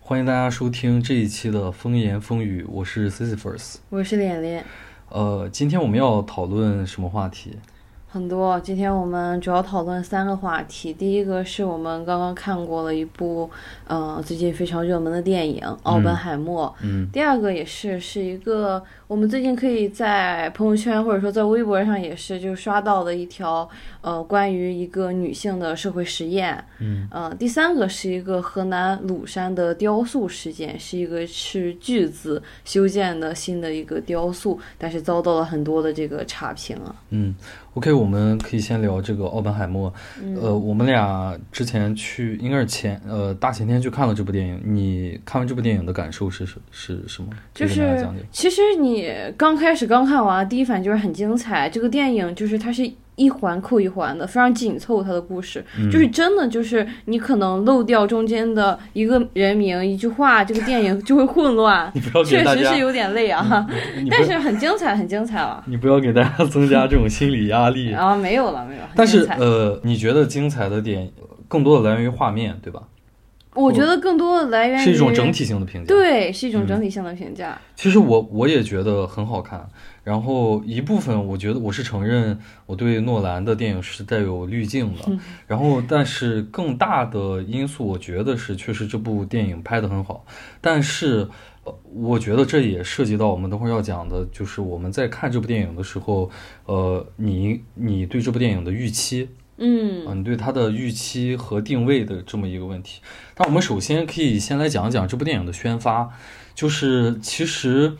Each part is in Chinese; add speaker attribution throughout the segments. Speaker 1: 欢迎大家收听这一期的《风言风语》，我是 Sisyphus。
Speaker 2: 我是脸脸，
Speaker 1: 呃，今天我们要讨论什么话题？
Speaker 2: 很多。今天我们主要讨论三个话题，第一个是我们刚刚看过了一部，呃，最近非常热门的电影《奥本海默》。
Speaker 1: 嗯
Speaker 2: 第二个也是是一个我们最近可以在朋友圈或者说在微博上也是就刷到的一条，呃，关于一个女性的社会实验。
Speaker 1: 嗯，
Speaker 2: 呃，第三个是一个河南鲁山的雕塑事件，是一个是巨资修建的新的一个雕塑，但是遭到了很多的这个差评啊。
Speaker 1: 嗯，OK，我们可以先聊这个奥本海默。
Speaker 2: 嗯
Speaker 1: 呃，我们俩之前去，应该是前呃大前天去看了这部电影。你看完这部电影的感受是是是什么？
Speaker 2: 就
Speaker 1: 可以跟大家
Speaker 2: 是
Speaker 1: 讲讲。
Speaker 2: 其实你刚开始刚看完，第一反应就是很精彩。这个电影就是它是一环扣一环的，非常紧凑。它的故事、
Speaker 1: 嗯
Speaker 2: 就是真的就是你可能漏掉中间的一个人名一句话，这个电影就会混 乱
Speaker 1: 你。不要给
Speaker 2: 确
Speaker 1: 大
Speaker 2: 实
Speaker 1: 家嗯
Speaker 2: 是，有点累啊，
Speaker 1: 你不
Speaker 2: 但
Speaker 1: 要
Speaker 2: 是很精彩，很精彩了。
Speaker 1: 你不要给大家增加这种心理压力。
Speaker 2: 啊，没有了，没有了。很
Speaker 1: 嗯但
Speaker 2: 精
Speaker 1: 是
Speaker 2: 彩
Speaker 1: 呃，你觉得精彩的点更多的来源于画面，对吧？
Speaker 2: 我觉得更多的来源于
Speaker 1: 是一种整，体性的评价。
Speaker 2: 对，是一种整体性的评价。
Speaker 1: 其实我我也觉得很好看，然后一部分我觉得我是承认我对诺兰的电影是带有滤镜的，然后但是更大的因素我觉得是确实这部电影拍得很好，但是呃我觉得这也涉及到我们等会儿要讲的，就是我们在看这部电影的时候，呃，你你对这部电影的预期，
Speaker 2: 嗯
Speaker 1: 啊，你对它的预期和定位的这么一个问题。那我们首先可以先来讲一讲这部电影的宣发，就是其实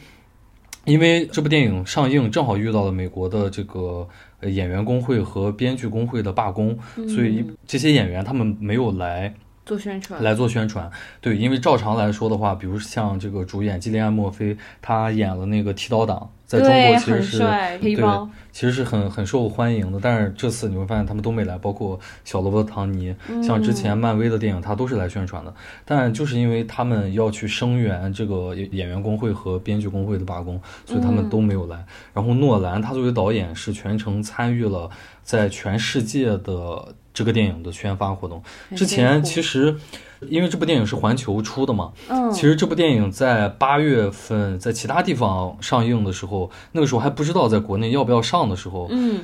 Speaker 1: 因为这部电影上映正好遇到了美国的这个呃演员工会和编剧工会的罢工，
Speaker 2: 嗯
Speaker 1: 所以这些演员他们没有来
Speaker 2: 做宣传，
Speaker 1: 来做宣传。对，因为照常来说的话，比如像这个主演基利安·墨菲，他演了那个剃刀党，在中
Speaker 2: 对，
Speaker 1: 国其实
Speaker 2: 很
Speaker 1: 是
Speaker 2: 帅，黑
Speaker 1: 对
Speaker 2: 帮，
Speaker 1: 其实是很很受欢迎的，但是这次你会发现他们都没来，包括小萝卜唐尼，
Speaker 2: 嗯
Speaker 1: 像之前漫威的电影，他都是来宣传的，但就是因为他们要去声援这个演员工会和编剧工会的罢工，所以他们都没有来。然后诺兰他作为导演是全程参与了在全世界的这个电影的宣发活动，
Speaker 2: 很
Speaker 1: 之
Speaker 2: 辛
Speaker 1: 前
Speaker 2: 苦
Speaker 1: 其实。因为这部电影是环球出的嘛，
Speaker 2: 嗯，
Speaker 1: 其实这部电影在八月份在其他地方上映的时候，那个时候还不知道在国内要不要上的时候，
Speaker 2: 嗯，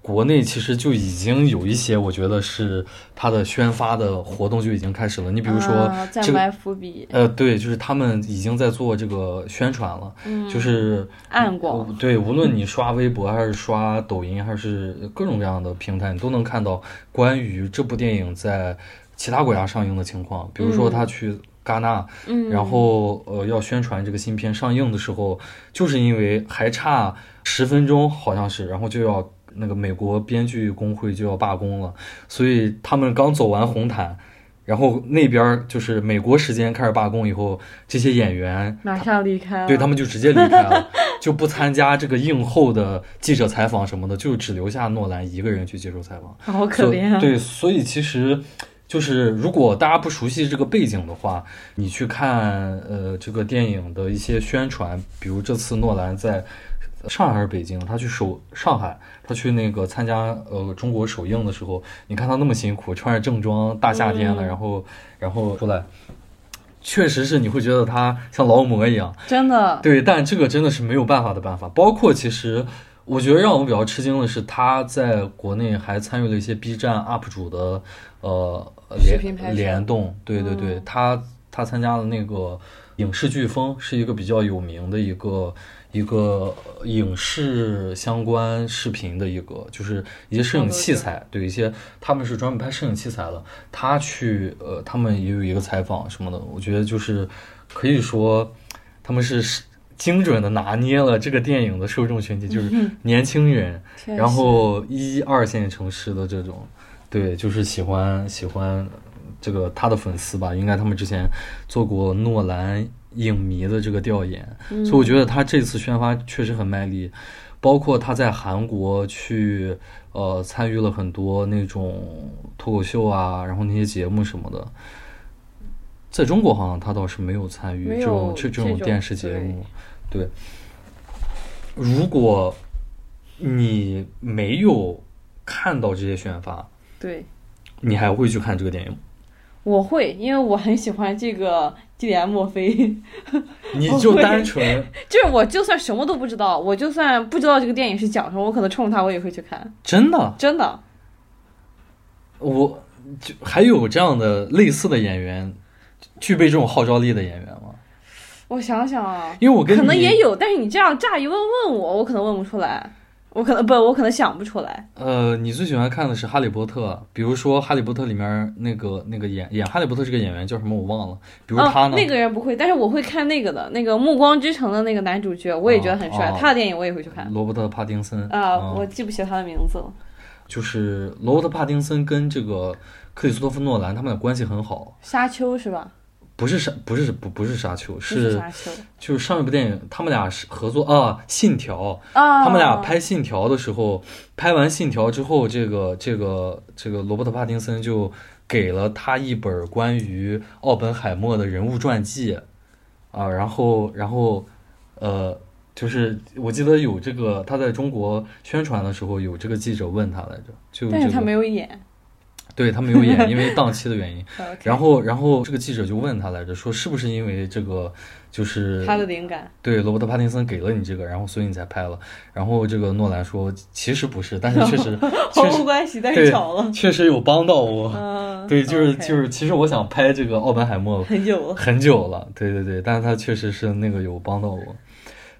Speaker 1: 国内其实就已经有一些，我觉得是它的宣发的活动就已经开始了。你比如说
Speaker 2: 啊、在
Speaker 1: 这个，
Speaker 2: 埋伏笔，
Speaker 1: 呃，对，就是他们已经在做这个宣传了，
Speaker 2: 嗯
Speaker 1: 就是
Speaker 2: 暗广，
Speaker 1: 呃对，无论你刷微博还是刷抖音，还是各种各样的平台，你都能看到关于这部电影在其他国家上映的情况。比如说他去戛纳，
Speaker 2: 嗯，
Speaker 1: 然后呃要宣传这个新片上映的时候，就是因为还差十分钟好像是，然后就要那个美国编剧工会就要罢工了，所以他们刚走完红毯。然后那边儿就是美国时间开始罢工以后，这些演员
Speaker 2: 马上离开了，
Speaker 1: 对他们就直接离开了，就不参加这个映后的记者采访什么的，就只留下诺兰一个人去接受采访。
Speaker 2: 好可怜啊，
Speaker 1: 所以对，所以其实就是如果大家不熟悉这个背景的话，你去看呃这个电影的一些宣传，比如这次诺兰在。上海还是北京？他去首上海，他去那个参加呃中国首映的时候，你看他那么辛苦，穿着正装，大夏天
Speaker 2: 嗯
Speaker 1: 的，然后然后出来，确实是你会觉得他像劳模一样，
Speaker 2: 真的，
Speaker 1: 对，但这个真的是没有办法的办法。包括其实，我觉得让我比较吃惊的是，他在国内还参与了一些 B 站 UP 主的呃
Speaker 2: 视频拍摄
Speaker 1: 联联动。对对对，他他参加了那个影视飓风，是一个比较有名的一个一个呃影视相关视频的一个，就是一些摄影器材，对一些他们是专门拍摄影器材的。他去呃，他们也有一个采访什么的，我觉得就是可以说。他们是精准的拿捏了这个电影的受众群体，就是年轻人，
Speaker 2: 确
Speaker 1: 然后一二线城市的这种，对，就是喜欢喜欢这个他的粉丝吧。应该他们之前做过诺兰影迷的这个调研，所以我觉得他这次宣发确实很卖力。包括他在韩国去，呃，参与了很多那种脱口秀啊，然后那些节目什么的。在中国好像他倒是没有参与
Speaker 2: 没
Speaker 1: 这种
Speaker 2: 有
Speaker 1: 这
Speaker 2: 这
Speaker 1: 种
Speaker 2: 种
Speaker 1: 电视节目，对。如果你没有看到这些宣发，
Speaker 2: 对，
Speaker 1: 你还会去看这个电影吗？
Speaker 2: 我会，因为我很喜欢这个基里安·墨菲，
Speaker 1: 你
Speaker 2: 哦
Speaker 1: 就单纯
Speaker 2: 就是我就算什么都不知道，我就算不知道这个电影是讲什么，我可能冲他我也会去看，
Speaker 1: 真的，
Speaker 2: 真的。
Speaker 1: 我就还有这样的类似的演员，具备这种号召力的演员吗？
Speaker 2: 我想想啊，
Speaker 1: 因为我跟
Speaker 2: 可能
Speaker 1: 你
Speaker 2: 也有，但是你这样乍一问问我，我可能问不出来，我可能不，我可能想不出来。
Speaker 1: 呃，你最喜欢看的是《哈利波特》，比如说《哈利波特》里面那个那个演演《哈利波特》这个演员叫什么我忘了，比如他
Speaker 2: 哦
Speaker 1: 呢，，
Speaker 2: 那个人不会，但是我会看那个的，那个《暮光之城》的那个男主角，我也觉得很帅，
Speaker 1: 哦哦
Speaker 2: 他的电影我也会去看。
Speaker 1: 罗伯特·帕丁森
Speaker 2: 啊、
Speaker 1: 嗯
Speaker 2: 我记不起他的名字了。
Speaker 1: 就是罗伯特·帕丁森跟这个克里斯托弗·诺兰他们的关系很好，
Speaker 2: 沙丘是吧？
Speaker 1: 不是沙不是不不是沙丘，
Speaker 2: 不
Speaker 1: 是
Speaker 2: 沙丘
Speaker 1: 就是上一部电影他们俩是合作啊，《信条》
Speaker 2: 啊。
Speaker 1: 他们俩拍《信条》的时候，拍完《信条》之后，这个这个这个罗伯特·帕丁森就给了他一本关于奥本海默的人物传记，啊，然后然后呃，就是我记得有这个他在中国宣传的时候，有这个记者问他来着，就
Speaker 2: 但
Speaker 1: 这
Speaker 2: 是他
Speaker 1: 个
Speaker 2: 没有 演。哦
Speaker 1: 对他没有演，因为档期的 原因。
Speaker 2: OK
Speaker 1: 然后然后这个记者就问他来着，说是不是因为这个就是
Speaker 2: 他的灵感，
Speaker 1: 对，罗伯特·帕丁森给了你这个，然后所以你才拍了。然后这个诺兰说，其实不是，但是确实
Speaker 2: 毫
Speaker 1: 确
Speaker 2: 无
Speaker 1: 实
Speaker 2: 关系，但是
Speaker 1: 对
Speaker 2: 巧了。
Speaker 1: 确实有帮到我。
Speaker 2: 嗯，
Speaker 1: 对，就是
Speaker 2: ，OK
Speaker 1: 就是，其实我想拍这个奥本海默
Speaker 2: 很久了。
Speaker 1: 很久了，对对对，但是他确实是那个有帮到我。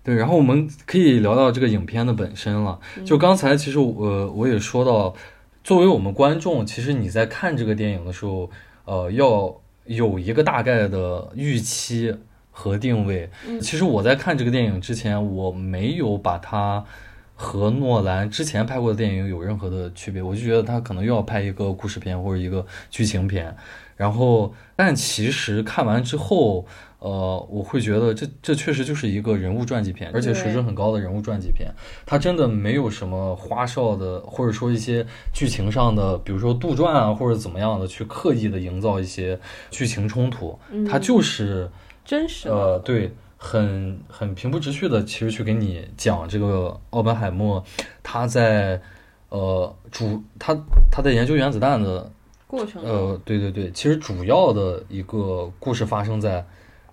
Speaker 1: 对，然后我们可以聊到这个影片的本身了。就刚才其实我、呃我也说到，作为我们观众，其实你在看这个电影的时候，呃，要有一个大概的预期和定位。其实我在看这个电影之前，我没有把它和诺兰之前拍过的电影有任何的区别，我就觉得他可能又要拍一个故事片或者一个剧情片。然后，但其实看完之后，呃，我会觉得这这确实就是一个人物传记片，而且水准很高的人物传记片。它真的没有什么花哨的，或者说一些剧情上的，比如说杜撰啊或者怎么样的，去刻意的营造一些剧情冲突。它就是
Speaker 2: 真实嗯的。
Speaker 1: 呃，对，很很平铺直叙的，其实去给你讲这个奥本海默，他在呃主他他在研究原子弹的
Speaker 2: 过程中，
Speaker 1: 呃，对对对，其实主要的一个故事发生在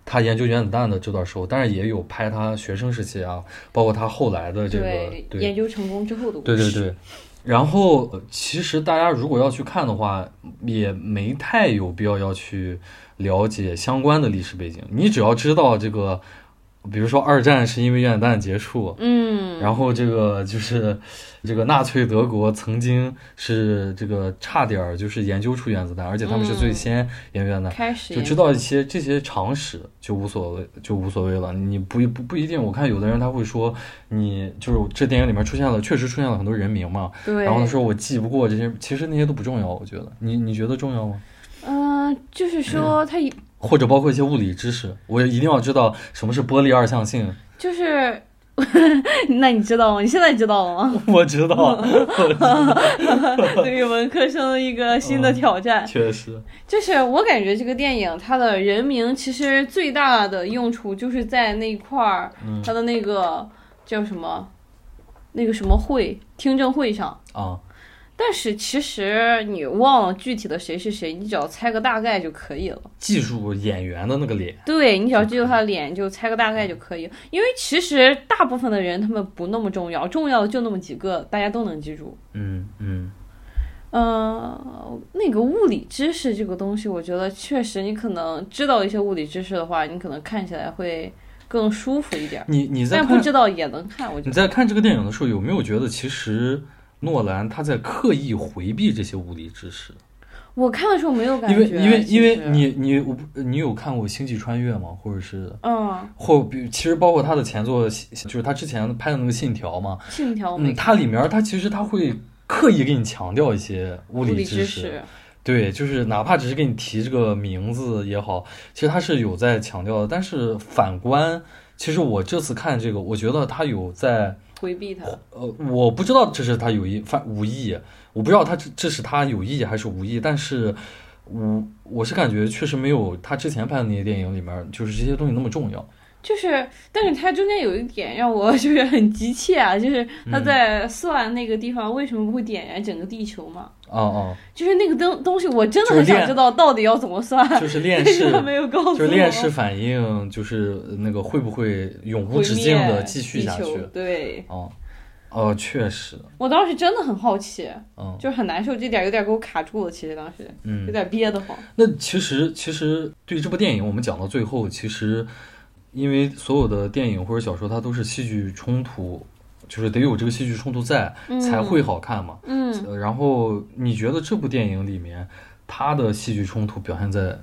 Speaker 1: 他研究原子弹的这段时候，但是也有拍他学生时期啊，包括他后来的这个
Speaker 2: 对
Speaker 1: 对
Speaker 2: 研究成功之后的故
Speaker 1: 对对
Speaker 2: 事，
Speaker 1: 对。然后，呃其实大家如果要去看的话，也没太有必要要去了解相关的历史背景。你只要知道这个，比如说二战是因为原子弹结束，
Speaker 2: 嗯，
Speaker 1: 然后这个就是这个纳粹德国曾经是这个差点儿就是研究出原子弹，而且他们是最先研究原子弹，
Speaker 2: 开始
Speaker 1: 就
Speaker 2: 研
Speaker 1: 知
Speaker 2: 究
Speaker 1: 道一些这些常识就无所谓，就无所谓了。你不不不一定，我看有的人他会说，你就是这电影里面出现了，确实出现了很多人名嘛。
Speaker 2: 对，
Speaker 1: 然后他说我记不过这些，其实那些都不重要，我觉得。你你觉得重要吗？
Speaker 2: 嗯、就是说他一
Speaker 1: 或者包括一些物理知识，我一定要知道什么是波粒二象性。
Speaker 2: 就是， 那你知道吗？你现在知道 了吗？
Speaker 1: 我知道，
Speaker 2: 对于文科生的一个新的挑战，
Speaker 1: 确实，
Speaker 2: 就是我感觉这个电影它的人名其实最大的用处就是在那块儿，它的那个叫什么，那个什么会听证会上。
Speaker 1: 啊，
Speaker 2: 但是其实你忘了具体的谁是谁，你只要猜个大概就可以了。
Speaker 1: 记住演员的那个脸。
Speaker 2: 对你只要记住他的脸，就猜个大概就可以了。因为其实大部分的人他们不那么重要，重要的就那么几个，大家都能记住。
Speaker 1: 嗯嗯，
Speaker 2: 呃，那个物理知识这个东西，我觉得确实你可能知道一些物理知识的话，你可能看起来会更舒服一点儿。
Speaker 1: 你你在
Speaker 2: 但不
Speaker 1: 看
Speaker 2: 知道也能看，我觉
Speaker 1: 你
Speaker 2: 得
Speaker 1: 在看这个电影的时候，有没有觉得其实诺兰他在刻意回避这些物理知识？
Speaker 2: 我看的时候没有感
Speaker 1: 因
Speaker 2: 觉，
Speaker 1: 为因为
Speaker 2: 其
Speaker 1: 因为
Speaker 2: 实
Speaker 1: 你你我不你有看过《星际穿越》吗？或者是
Speaker 2: 嗯，
Speaker 1: 或比其实包括他的前作，就是他之前拍的那个《信条》嘛，
Speaker 2: 信条哦没
Speaker 1: 嗯，它里面它其实它会刻意给你强调一些物
Speaker 2: 物
Speaker 1: 理
Speaker 2: 知
Speaker 1: 知识，，对，就是哪怕只是给你提这个名字也好，其实它是有在强调的。但是反观，其实我这次看这个，我觉得他有在。
Speaker 2: 回避它。
Speaker 1: 呃，我不知道这是他有意犯无意，我不知道他这这是他有意还是无意，但是我我是感觉确实没有他之前拍的那些电影里面，就是这些东西那么重要。
Speaker 2: 就是，但是它中间有一点让我
Speaker 1: 嗯
Speaker 2: 就是很急切啊，就是他在算那个地方为什么不会点燃整个地球嘛？
Speaker 1: 哦
Speaker 2: 就是那个东东西，我真的
Speaker 1: 就是
Speaker 2: 很想
Speaker 1: 练
Speaker 2: 知道到底要怎么算，
Speaker 1: 哦， 就是链
Speaker 2: 为
Speaker 1: 式
Speaker 2: 什么，没有告诉我，
Speaker 1: 就是链式反应，就是那个会不会永无
Speaker 2: 毁
Speaker 1: 止境的
Speaker 2: 灭
Speaker 1: 继续
Speaker 2: 地
Speaker 1: 下
Speaker 2: 球
Speaker 1: 去？
Speaker 2: 对
Speaker 1: 哦，哦，确实，
Speaker 2: 我当时真的很好奇，
Speaker 1: 嗯
Speaker 2: 就是很难受，这点有点给我卡住了。其实当时
Speaker 1: 嗯
Speaker 2: 有，点憋得慌，
Speaker 1: 那其实，其实对于这部电影，我们讲到最后，其实因为所有的电影或者小说，它都是戏剧冲突，就是得有这个戏剧冲突在，
Speaker 2: 嗯
Speaker 1: 才会好看嘛。
Speaker 2: 嗯，
Speaker 1: 呃然后你觉得这部电影里面，它的戏剧冲突表现在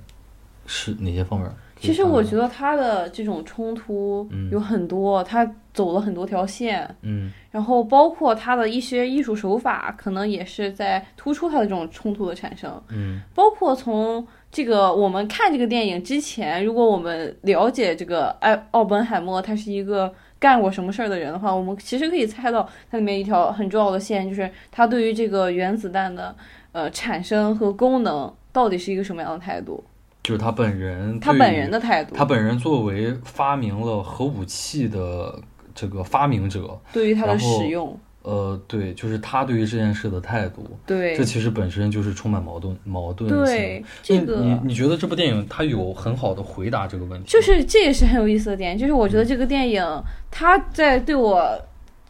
Speaker 1: 是哪些方面？
Speaker 2: 其实我觉
Speaker 1: 得，
Speaker 2: 得他的这种冲突
Speaker 1: 嗯
Speaker 2: 有很多，他走了很多条线，
Speaker 1: 嗯
Speaker 2: 然后包括他的一些艺术手法，可能也是在突出他的这种冲突的产生。
Speaker 1: 嗯
Speaker 2: 包括从这个我们看这个电影之前，如果我们了解这个艾奥本海默他是一个干过什么事儿的人的话，我们其实可以猜到它里面一条很重要的线，就是他对于这个原子弹的呃产生和功能到底是一个什么样的态度，
Speaker 1: 就是他本人，
Speaker 2: 他本人，的态度，
Speaker 1: 他本人作为发明了核武器的这个发明者，
Speaker 2: 对于它的
Speaker 1: 然后
Speaker 2: 使用，
Speaker 1: 呃，对，就是他对于这件事的态度。
Speaker 2: 对
Speaker 1: 这其实本身就是充满矛盾矛盾性。
Speaker 2: 对
Speaker 1: 那
Speaker 2: 这个。
Speaker 1: 你你觉得这部电影它有很好的回答这个问题吗？
Speaker 2: 就是这也是很有意思的点，就是我觉得
Speaker 1: 嗯
Speaker 2: 这个电影它在对我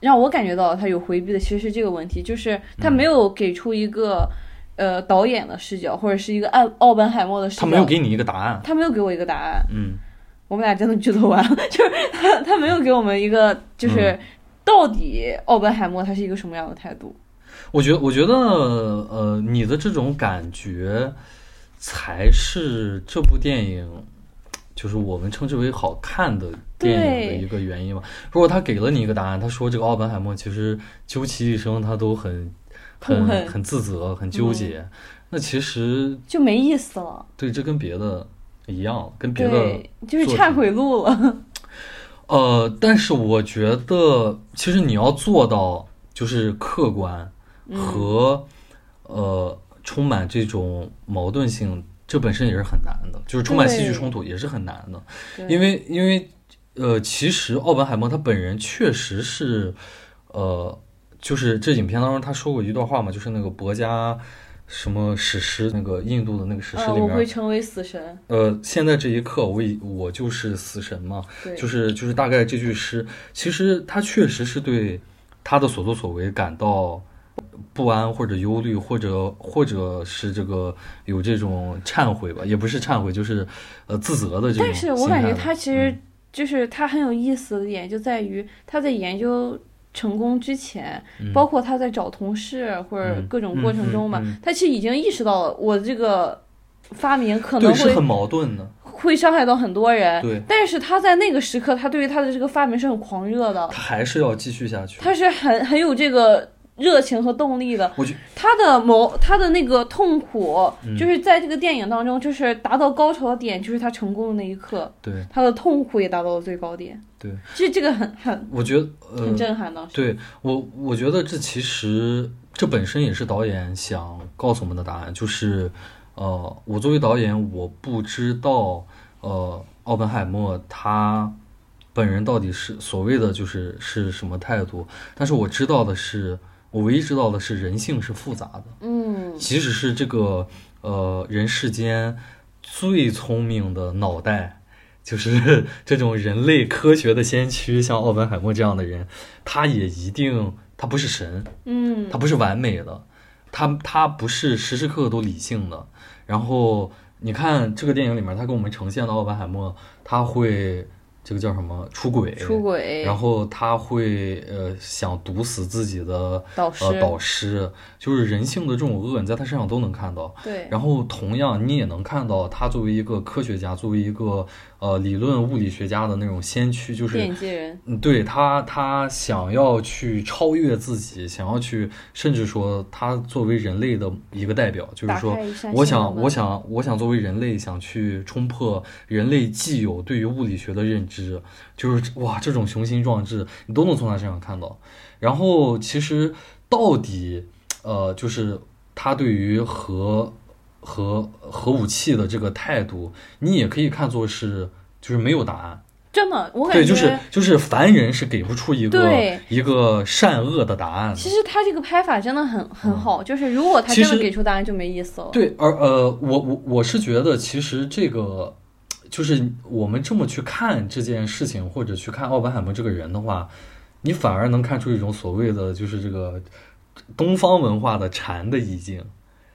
Speaker 2: 让我感觉到它有回避的，其实是这个问题，就是
Speaker 1: 嗯
Speaker 2: 它没有给出一个、呃导演的视角，或者是一个奥奥本海默的视角，
Speaker 1: 他没有给你一个答案。
Speaker 2: 他没有给我一个答案，
Speaker 1: 嗯
Speaker 2: 我们俩真的剧透完了， 就是他他没有给我们一个
Speaker 1: 嗯
Speaker 2: 就是到底奥本海默他是一个什么样的态度，
Speaker 1: 我觉得我觉得呃，你的这种感觉才是这部电影。就是我们称之为好看的电影的
Speaker 2: 对
Speaker 1: 一个原因嘛。如果他给了你一个答案，他说这个奥本海默其实究其一生他都很很
Speaker 2: 痛恨嗯
Speaker 1: 很自责、很纠结，那其实
Speaker 2: 就没意思了，
Speaker 1: 对这跟别的一样，跟别的
Speaker 2: 对，就是
Speaker 1: 作
Speaker 2: 忏
Speaker 1: 品
Speaker 2: 悔录了，
Speaker 1: 呃，但是我觉得，其实你要做到就是客观
Speaker 2: 嗯
Speaker 1: 和、呃充满这种矛盾性，这本身也是很难的，就是充满戏剧
Speaker 2: 对
Speaker 1: 冲突也是很难的，
Speaker 2: 对
Speaker 1: 因为因为呃，其实奥本海默他本人确实是呃，就是这影片当中他说过一段话嘛，就是那个博家什么史诗，那个印度的那个史诗
Speaker 2: 呃，
Speaker 1: 里
Speaker 2: 我
Speaker 1: 面，
Speaker 2: 会成为死神，
Speaker 1: 呃，现在这一刻我已我就是死神嘛，
Speaker 2: 对，
Speaker 1: 就是就是大概这句诗，其实他确实是对他的所作所为感到不安或者忧虑，或者或者是这个有这种忏悔吧，也不是忏悔，就是呃自责的这种
Speaker 2: 但是我感觉
Speaker 1: 心态嗯
Speaker 2: 他其实就是他很有意思的点，就在于他在研究成功之前，包括他在找同事或者
Speaker 1: 嗯
Speaker 2: 各种
Speaker 1: 嗯
Speaker 2: 过程中嘛，
Speaker 1: 嗯嗯
Speaker 2: 他其实已经意识到了我这个发明可能
Speaker 1: 对是
Speaker 2: 会
Speaker 1: 很矛盾的，
Speaker 2: 会伤害到很多人，
Speaker 1: 对
Speaker 2: 但是他在那个时刻，他对于他的这个发明是很狂热的，
Speaker 1: 他还是要继续下去。
Speaker 2: 他是很很有这个。热情和动力的，
Speaker 1: 我觉嗯
Speaker 2: 他的某他的那个痛苦，就是在这个电影当中，就是达到高潮的点，就是他成功的那一刻。
Speaker 1: 对
Speaker 2: 他的痛苦也达到了最高点。
Speaker 1: 对，
Speaker 2: 这这个很很
Speaker 1: 我觉得呃
Speaker 2: 很震撼，当时。
Speaker 1: 对我，我觉得这其实这本身也是导演想告诉我们的答案，就是，呃，我作为导演，我不知道，呃，奥本海默他本人到底是所谓的就是是什么态度，但是我知道的是，我唯一知道的是人性是复杂的，
Speaker 2: 嗯，
Speaker 1: 即使是这个呃人世间最聪明的脑袋，就是 这种人类科学的先驱，像奥本海默这样的人，他也一定他不是神，
Speaker 2: 嗯，
Speaker 1: 他不是完美的，他他不是时时刻刻都理性的。然后你看这个电影里面，他给我们呈现的奥本海默，他会这个叫什么出轨，
Speaker 2: 出轨，
Speaker 1: 然后他会呃想毒死自己的
Speaker 2: 导师，
Speaker 1: 呃导师，就是人性的这种恶，你在他身上都能看到。
Speaker 2: 对，
Speaker 1: 然后同样，你也能看到他作为一个科学家，作为一个呃理论物理学家的那种先驱，就是
Speaker 2: 奠基人，
Speaker 1: 嗯对他，他想要去超越自己，想要去，甚至说他作为人类的一个代表，就是
Speaker 2: 打
Speaker 1: 说
Speaker 2: 开一扇
Speaker 1: 我
Speaker 2: 新的
Speaker 1: 想，
Speaker 2: 门
Speaker 1: 我想，我想作为人类，想去冲破人类既有对于物理学的认知，就是哇，这种雄心壮志，你都能从他身上看到。然后，其实到底，呃，就是他对于核核核武器的这个态度，你也可以看作是，就是没有答案。
Speaker 2: 真的，我感觉
Speaker 1: 对，就是就是凡人是给不出一个
Speaker 2: 对
Speaker 1: 一个善恶的答案的。
Speaker 2: 其实他这个拍法真的很很好，就是如果他
Speaker 1: 嗯其
Speaker 2: 真
Speaker 1: 实
Speaker 2: 的给出答案就没意思了。
Speaker 1: 对，而呃，我我我是觉得，其实这个就是我们这么去看这件事情，或者去看奥本海默这个人的话，你反而能看出一种所谓的就是这个东方文化的禅的意境，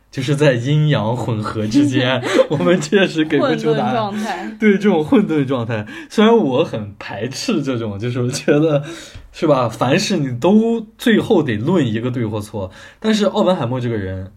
Speaker 1: 就是在阴阳混合之间， 我们确实给不
Speaker 2: 混
Speaker 1: 出答
Speaker 2: 沌
Speaker 1: 案。
Speaker 2: 状 态，
Speaker 1: 对这种混沌状态，虽然我很排斥这种，就是我觉得是吧？凡事你都最后得论一个对或错，但是奥本海默这个人，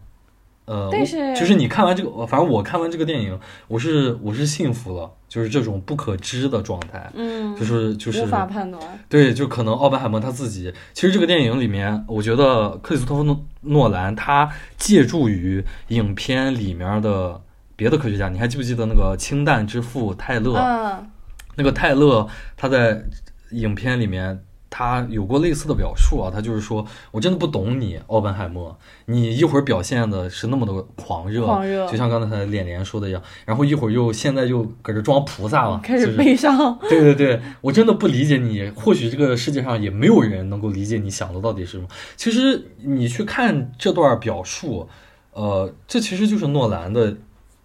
Speaker 1: 呃，
Speaker 2: 但
Speaker 1: 我
Speaker 2: 是
Speaker 1: 就是你看完这个，反正我看完这个电影，我是我是幸福了，就是这种不可知的状态，
Speaker 2: 嗯，
Speaker 1: 就是就是
Speaker 2: 无法判断。
Speaker 1: 对，就可能奥本海默他自己，其实这个电影里面，我觉得克里斯托弗诺诺兰他借助于影片里面的别的科学家，你还记不记得那个氢弹之父泰勒？
Speaker 2: 嗯，
Speaker 1: 那个泰勒他在影片里面他有过类似的表述啊，他就是说我真的不懂你，奥本海默，你一会儿表现的是那么的狂热，
Speaker 2: 狂热
Speaker 1: 就像刚才脸脸说的一样，然后一会儿又现在又搁这装菩萨了，
Speaker 2: 开
Speaker 1: 啊就
Speaker 2: 始
Speaker 1: 是
Speaker 2: 悲伤。
Speaker 1: 对对对，我真的不理解你。或许这个世界上也没有人能够理解你想的到底是什么。其实你去看这段表述，呃，这其实就是诺兰的，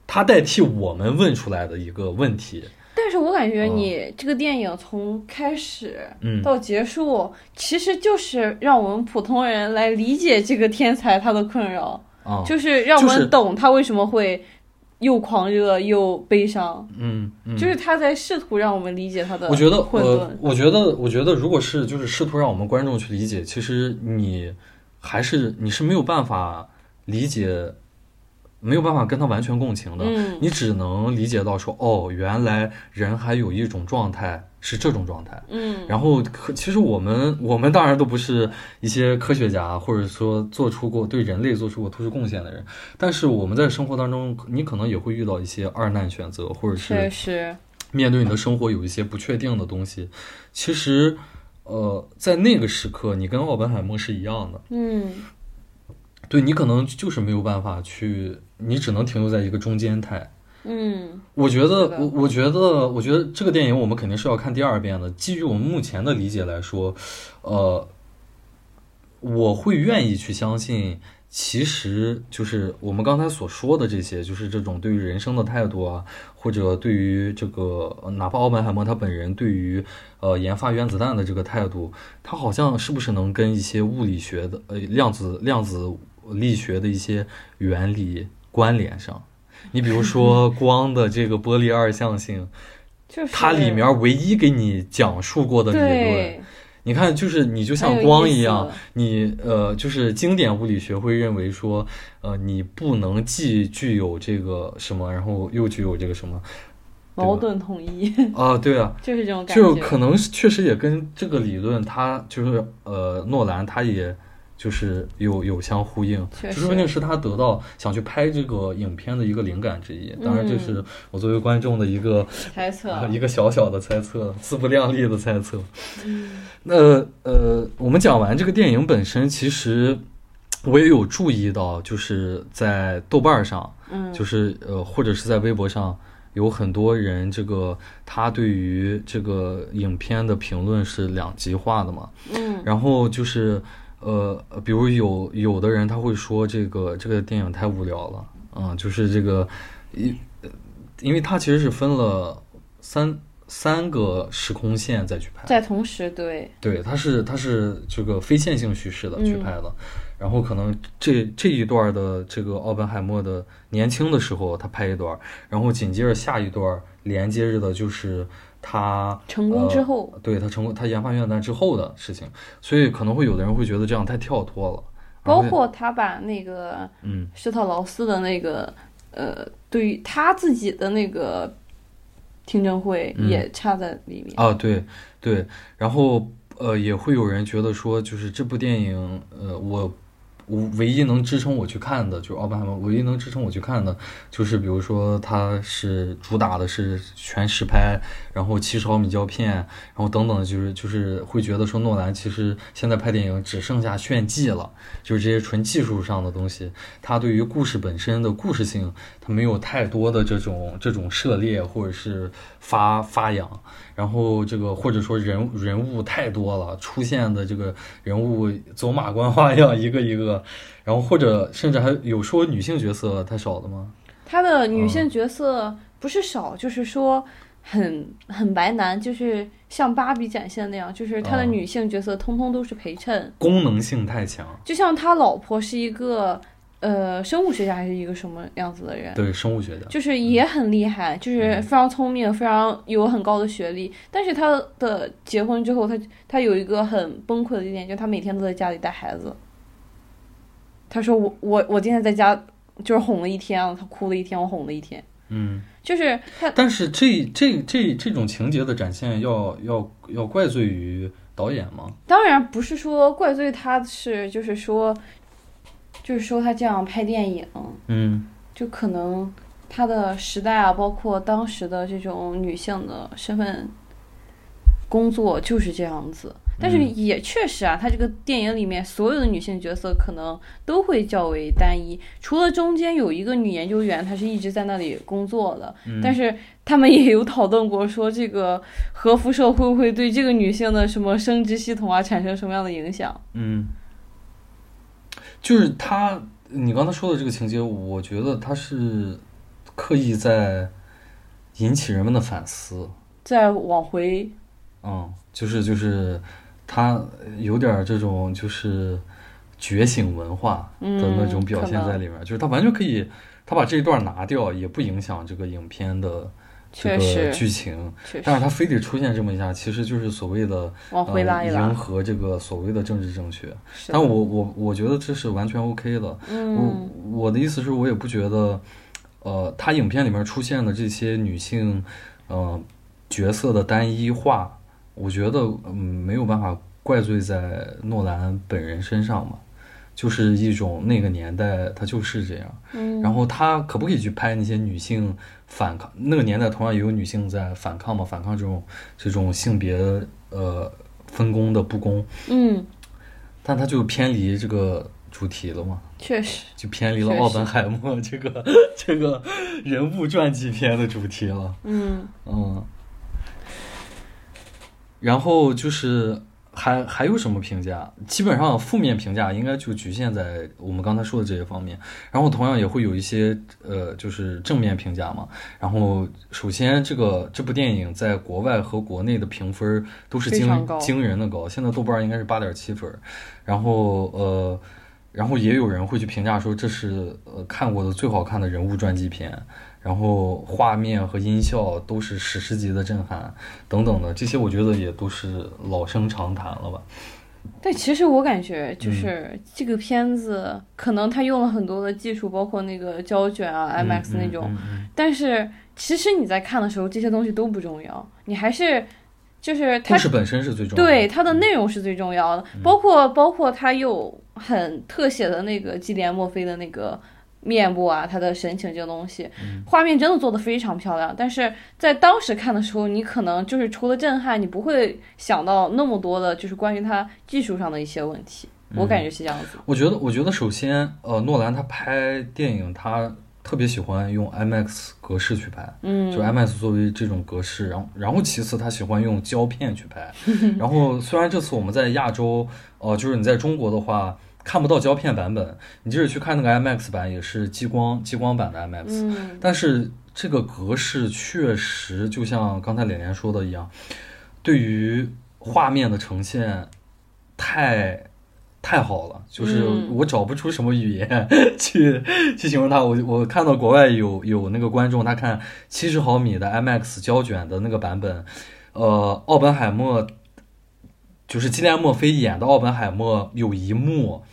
Speaker 1: 他代替我们问出来的一个问题。
Speaker 2: 但是我感觉你这个电影从开始
Speaker 1: 嗯，
Speaker 2: 到结束，其实就是让我们普通人来理解这个天才他的困扰，
Speaker 1: 啊，
Speaker 2: 就是让我
Speaker 1: 就是
Speaker 2: 们懂他为什么会又狂热又悲伤，
Speaker 1: 嗯嗯，
Speaker 2: 就是他在试图让我们理解他的
Speaker 1: 我觉得，
Speaker 2: 混沌
Speaker 1: 呃，。我觉得，我觉得，如果是就是试图让我们观众去理解，其实你还是你是没有办法理解，没有办法跟他完全共情的。
Speaker 2: 嗯，
Speaker 1: 你只能理解到说，哦，原来人还有一种状态是这种状态。
Speaker 2: 嗯，
Speaker 1: 然后可其实我们我们当然都不是一些科学家，或者说做出过对人类做出过突出贡献的人，但是我们在生活当中，你可能也会遇到一些二难选择，或者
Speaker 2: 确
Speaker 1: 是
Speaker 2: 实，
Speaker 1: 面对你的生活有一些不确定的东西。其实，呃，在那个时刻，你跟奥本海默是一样的。
Speaker 2: 嗯，
Speaker 1: 对你可能就是没有办法去，你只能停留在一个中间态。
Speaker 2: 嗯，
Speaker 1: 我觉
Speaker 2: 是
Speaker 1: 得，
Speaker 2: 的
Speaker 1: 我我觉得，我觉得这个电影我们肯定是要看第二遍的。基于我们目前的理解来说，呃，我会愿意去相信，其实就是我们刚才所说的这些，就是这种对于人生的态度啊，或者对于这个，呃哪怕奥本海默他本人对于呃研发原子弹的这个态度，他好像是不是能跟一些物理学的呃量子量子力学的一些原理关联上？你比如说光的这个波粒二象性，
Speaker 2: 就是
Speaker 1: 它里面唯一给你讲述过的理论，
Speaker 2: 对，
Speaker 1: 你看，就是你就像
Speaker 2: 很有
Speaker 1: 光
Speaker 2: 意
Speaker 1: 一
Speaker 2: 思
Speaker 1: 样，你呃，就是经典物理学会认为说，呃，你不能既具有这个什么，然后又具有这个什 么
Speaker 2: 矛盾统一，
Speaker 1: 啊，对啊，
Speaker 2: 就是这种感觉。
Speaker 1: 就可能是确实也跟这个理论，它就是呃，诺兰他也就是有有相呼应，
Speaker 2: 确
Speaker 1: 就
Speaker 2: 实
Speaker 1: 说不定是他得到想去拍这个影片的一个灵感之一。当然，这
Speaker 2: 嗯
Speaker 1: 是我作为观众的一个
Speaker 2: 猜测
Speaker 1: 啊，一个小小的猜测，自不量力的猜测。
Speaker 2: 嗯
Speaker 1: 那呃，我们讲完这个电影本身，其实我也有注意到，就是在豆瓣儿上，
Speaker 2: 嗯，
Speaker 1: 就是呃，或者是在微博上，有很多人这个他对于这个影片的评论是两极化的嘛。
Speaker 2: 嗯，
Speaker 1: 然后就是呃，比如有有的人他会说这个这个电影太无聊了，嗯，就是这个因呃因为它其实是分了三三个时空线再去拍，
Speaker 2: 在同时对，
Speaker 1: 对，它是它是这个非线性叙事的去
Speaker 2: 嗯
Speaker 1: 拍的，然后可能这这一段的这个奥本海默的年轻的时候他拍一段，然后紧接着下一段连接着的就是他
Speaker 2: 成功之后
Speaker 1: 呃对他成功他研发原子弹之后的事情，所以可能会有的人会觉得这样太跳脱了，然
Speaker 2: 包
Speaker 1: 后
Speaker 2: 括他把那个
Speaker 1: 嗯
Speaker 2: 施特劳斯的那个呃，对于他自己的那个听证会
Speaker 1: 嗯
Speaker 2: 也插在里面。
Speaker 1: 啊对对，然后呃也会有人觉得说就是这部电影呃我。我唯一能支撑我去看的，就是奥本海默，唯一能支撑我去看的，就是比如说它是主打的是全实拍，然后七十毫米胶片，然后等等，就是就是会觉得说诺兰其实现在拍电影只剩下炫技了，就是这些纯技术上的东西，它对于故事本身的故事性，它没有太多的这种这种涉猎或者是发发扬。然后这个或者说人人物太多了，出现的这个人物走马观花一样一个一个，然后或者甚至还有说女性角色太少的吗？
Speaker 2: 他的女性角色不是少，就是说很很白男，就是像芭比展现那样，就是他的
Speaker 1: 嗯
Speaker 2: 女性角色通通都是陪衬，
Speaker 1: 功能性太强，
Speaker 2: 就像他老婆是一个呃生物学家还是一个什么样子的人，
Speaker 1: 对生物学家，
Speaker 2: 就是也很厉害，就是非常聪明，非常有很高的学历。但是她的结婚之后，她她有一个很崩溃的一点，就是她每天都在家里带孩子。她说我我我今天在家就是哄了一天啊，她哭了一天，我哄了一天，
Speaker 1: 嗯，
Speaker 2: 就是她
Speaker 1: 但是这这这这种情节的展现要要要怪罪于导演吗？
Speaker 2: 当然不是说怪罪她是就是说就是说她这样拍电影，
Speaker 1: 嗯
Speaker 2: 就可能她的时代啊，包括当时的这种女性的身份工作就是这样子。但是
Speaker 1: 嗯
Speaker 2: 也确实啊，她这个电影里面所有的女性角色可能都会较为单一，除了中间有一个女研究员，她是一直在那里工作的。
Speaker 1: 嗯
Speaker 2: 但是他们也有讨论过，说这个核辐射会不会对这个女性的什么生殖系统啊产生什么样的影响？
Speaker 1: 嗯，就是他，你刚才说的这个情节，我觉得他是刻意在引起人们的反思。
Speaker 2: 再往回
Speaker 1: 嗯，就是就是，他有点儿这种就是觉醒文化的那种
Speaker 2: 嗯
Speaker 1: 表
Speaker 2: 可
Speaker 1: 现
Speaker 2: 能
Speaker 1: 在里面儿，就是他完全可以，他把这一段拿掉，也不影响这个影片的这
Speaker 2: 确
Speaker 1: 个
Speaker 2: 实
Speaker 1: 剧情，
Speaker 2: 确
Speaker 1: 但是
Speaker 2: 实
Speaker 1: 他非得出现这么一下，其实就是所谓的
Speaker 2: 往回拉一
Speaker 1: 呃，
Speaker 2: 拉
Speaker 1: 迎，合这个所谓的政治正确。
Speaker 2: 是
Speaker 1: 但
Speaker 2: 的
Speaker 1: 我我我觉得这是完全 OK 的。
Speaker 2: 嗯。
Speaker 1: 我我的意思是我也不觉得，呃，他影片里面出现的这些女性，呃，角色的单一化，我觉得嗯没有办法怪罪在诺兰本人身上嘛，就是一种那个年代他就是这样。
Speaker 2: 嗯
Speaker 1: 然后他可不可以去拍那些女性反抗？那个年代同样也有女性在反抗嘛，反抗这种这种性别呃分工的不公，
Speaker 2: 嗯，
Speaker 1: 但他就偏离这个主题了嘛。
Speaker 2: 确实，
Speaker 1: 就偏离了
Speaker 2: 确实
Speaker 1: 奥本海默这个 这个人物传记片的主题了，
Speaker 2: 嗯，
Speaker 1: 嗯。然后就是还还有什么评价？基本上负面评价应该就局限在我们刚才说的这些方面。然后同样也会有一些呃，就是正面评价嘛。然后首先这个这部电影在国外和国内的评分都是
Speaker 2: 非常
Speaker 1: 惊
Speaker 2: 高
Speaker 1: 惊人的高，现在豆瓣应该是八点七分。然后呃，然后也有人会去评价说这是呃看过的最好看的人物传记片。然后画面和音效都是史诗级的震撼，等等的，这些我觉得也都是老生常谈了吧。
Speaker 2: 但其实我感觉
Speaker 1: 嗯
Speaker 2: 就是这个片子，可能他用了很多的技术，包括那个胶卷啊、IMAX 那种，
Speaker 1: 嗯嗯嗯
Speaker 2: 但是其实你在看的时候，这些东西都不重要，你还是就是
Speaker 1: 故
Speaker 2: 它
Speaker 1: 事本身是最重要的。
Speaker 2: 对它的内容是最重要的，
Speaker 1: 嗯
Speaker 2: 包括包括它有很特写的那个基连墨菲的那个。面部啊，他的神情这个东西，
Speaker 1: 嗯
Speaker 2: 画面真的做的非常漂亮。但是在当时看的时候，你可能就是除了震撼，你不会想到那么多的，就是关于它技术上的一些问题。
Speaker 1: 嗯
Speaker 2: 我感觉是这样子。
Speaker 1: 我觉得，我觉得首先，呃，诺兰他拍电影，他特别喜欢用 IMAX 格式去拍，
Speaker 2: 嗯，
Speaker 1: 就 IMAX 作为这种格式，然后，然后其次他喜欢用胶片去 拍。然后虽然这次我们在亚洲，呃，就是你在中国的话看不到胶片版本，你即使去看那个 IMAX 版，也是激光激光版的 IMAX，、
Speaker 2: 嗯，
Speaker 1: 但是这个格式确实就像刚才脸脸说的一样，对于画面的呈现太太好了，就是
Speaker 2: 嗯
Speaker 1: 我找不出什么语言、 去去形容它。我我看到国外有有那个观众，他看七十毫米的 IMAX 胶卷的那个版本，呃，奥本海默就是基连墨菲演的奥本海默有一幕。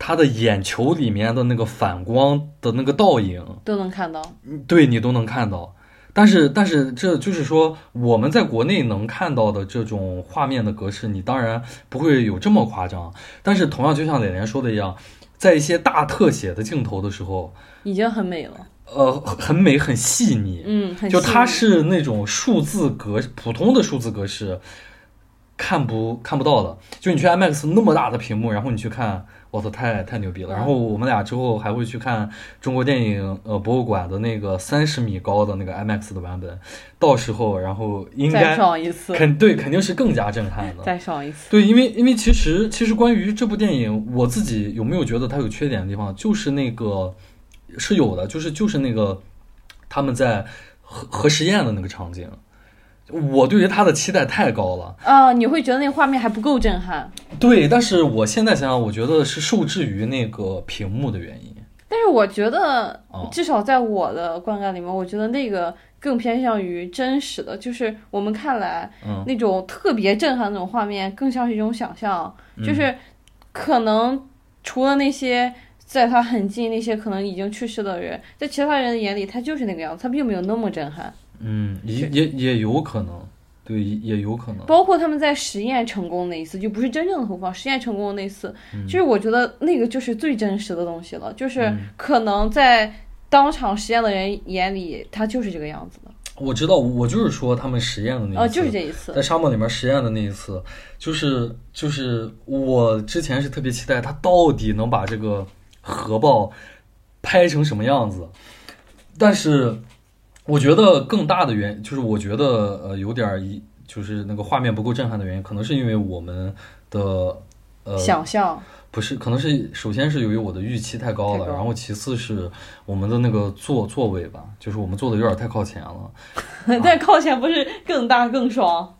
Speaker 1: 他的眼球里面的那个反光的那个倒影，
Speaker 2: 都能看到。
Speaker 1: 对你都能看到。但是但是这就是说我们在国内能看到的这种画面的格式，你当然不会有这么夸张。但是同样，就像脸脸说的一样，在一些大特写的镜头的时候，
Speaker 2: 已经很美了。
Speaker 1: 呃，很美，很细腻，
Speaker 2: 嗯，很
Speaker 1: 就它
Speaker 2: 细
Speaker 1: 是那种数字格普通的数字格式，看不看不到的。就你去 IMAX 那么大的屏幕，然后你去看，我操，太太牛逼了。然后我们俩之后还会去看中国电影呃博物馆的那个三十米高的那个 IMAX 的版本，到时候然后应
Speaker 2: 腻再
Speaker 1: 该
Speaker 2: 上一次，
Speaker 1: 肯对肯定是更加震撼的。
Speaker 2: 再上一次。
Speaker 1: 对，因为因为其实其实关于这部电影，我自己有没有觉得它有缺点的地方，就是那个是有的，就是就是那个他们在核核实验的那个场景，我对于它的期待太高了。
Speaker 2: 啊，你会觉得那个画面还不够震撼，
Speaker 1: 对，但是我现在想想，我觉得是受制于那个屏幕的原因。
Speaker 2: 但是我觉得
Speaker 1: 哦，
Speaker 2: 至少在我的观感里面，我觉得那个更偏向于真实的，就是我们看来
Speaker 1: 嗯
Speaker 2: 那种特别震撼的那种画面，更像是一种想象，
Speaker 1: 嗯
Speaker 2: 就是可能除了那些。在他很近那些可能已经去世的人，在其他人的眼里，他就是那个样子，他并没有那么震撼。
Speaker 1: 嗯，也也也有可能，对，也也有可能。
Speaker 2: 包括他们在实验成功那一次，就不是真正的投放，实验成功的那一次，
Speaker 1: 嗯
Speaker 2: 就是我觉得那个就是最真实的东西了，就是可能在当场实验的人眼里，他就是这个样子的，
Speaker 1: 我知道，我就是说他们实验的那一次，
Speaker 2: 呃，就是这一次，
Speaker 1: 在沙漠里面实验的那一次，就是就是我之前是特别期待他到底能把这个核爆拍成什么样子，但是我觉得更大的原就是我觉得呃有点儿一就是那个画面不够震撼的原因，可能是因为我们的呃
Speaker 2: 想象，
Speaker 1: 不是，可能是首先是由于我的预期太高了，
Speaker 2: 太高
Speaker 1: 然后其次是我们的那个座座位吧，就是我们坐的有点太靠前了。
Speaker 2: 但靠前不是更大更爽，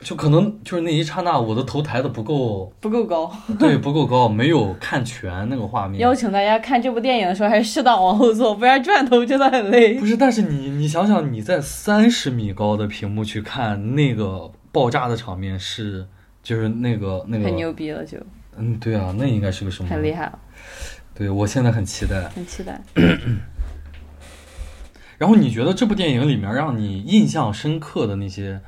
Speaker 1: 就可能就是那一刹那，我的头抬的不够
Speaker 2: 不够高。
Speaker 1: 对，不够高，没有看全那个画面
Speaker 2: 邀。请大家看这部电影的时候，还是适当往后坐，不然转头真的很累
Speaker 1: 不。是，但是你你想想，你在三十米高的屏幕去看那个爆炸的场面是，就是那个那
Speaker 2: 很
Speaker 1: 个，
Speaker 2: 牛逼了就，
Speaker 1: 嗯，对啊，那应该是个什么？
Speaker 2: 很厉害了，
Speaker 1: 对我现在很期待。
Speaker 2: 很期待。
Speaker 1: 然后你觉得这部电影里面让你印象深刻的那些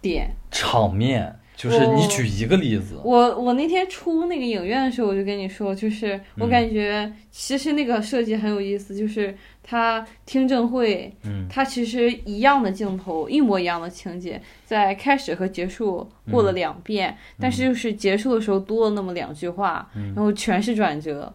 Speaker 2: 点，
Speaker 1: 场面，就是你
Speaker 2: 我
Speaker 1: 举一个例子，
Speaker 2: 我我那天出那个影院的时候，我就跟你说，就是我感觉其实那个设计很有意思，就是它听证会，
Speaker 1: 嗯
Speaker 2: 它其实一样的镜头，一模一样的情节，在开始和结束过了两遍，但是就是结束的时候多了那么两句话，然后全是转折。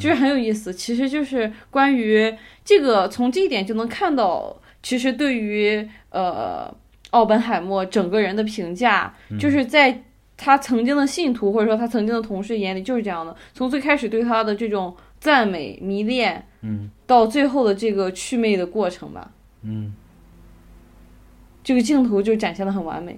Speaker 2: 就是很有意思，其实就是关于这个，从这一点就能看到，其实对于呃奥本海默整个人的评价，就是在他曾经的信徒或者说他曾经的同事眼里就是这样的，从最开始对他的这种赞美、迷恋，
Speaker 1: 嗯
Speaker 2: 到最后的这个祛魅的过程吧，
Speaker 1: 嗯，
Speaker 2: 这个镜头就展现的很完美。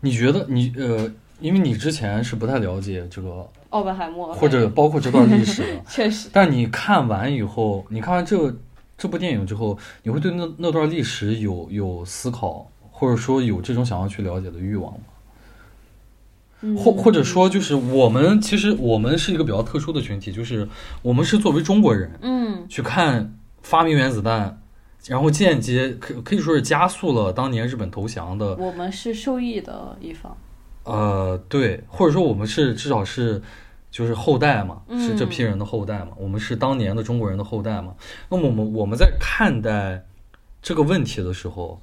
Speaker 1: 你觉得你呃，因为你之前是不太了解这个，
Speaker 2: 奥本海默
Speaker 1: 或者包括这段历史的，
Speaker 2: 确实，
Speaker 1: 但你看完以后，你看完这这部电影之后，你会对那那段历史有有思考，或者说有这种想要去了解的欲望吗？
Speaker 2: 嗯
Speaker 1: 或或者说，就是我们其实我们是一个比较特殊的群体，就是我们是作为中国人
Speaker 2: 嗯，
Speaker 1: 去看发明原子弹，然后间接可可以说是加速了当年日本投降的
Speaker 2: 我们是受益的一方，
Speaker 1: 呃，对，或者说我们是至少是就是后代嘛，
Speaker 2: 嗯
Speaker 1: 是这批人的后代嘛，我们是当年的中国人的后代嘛。那么我们我们在看待这个问题的时候，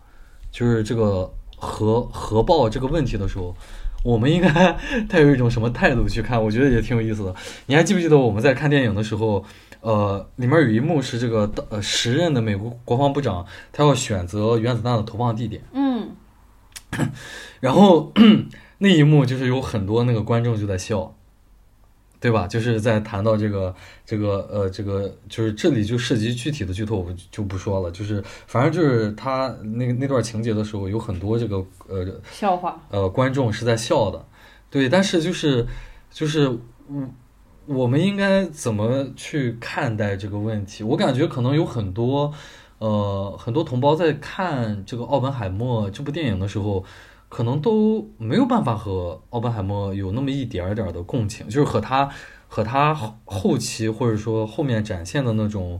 Speaker 1: 就是这个核核爆这个问题的时候。我们应该 带有一种什么态度去看？我觉得也挺有意思的。你还记不记得我们在看电影的时候，呃，里面有一幕是这个呃时任的美国国防部长，他要选择原子弹的投放地点。
Speaker 2: 嗯，
Speaker 1: 然后 那一幕就是有很多那个观众就在笑，对吧？就是在谈到这个这个呃这个，就是这里就涉及具体的剧透，我就就不说了。就是反正就是他那那段情节的时候，有很多这个呃
Speaker 2: 笑话，
Speaker 1: 呃观众是在笑的，对。但是就是就是我我们应该怎么去看待这个问题？我感觉可能有很多呃很多同胞在看这个《奥本海默》这部电影的时候。可能都没有办法和奥本海默有那么一点儿点儿的共情，就是和他和他后后期或者说后面展现的那种，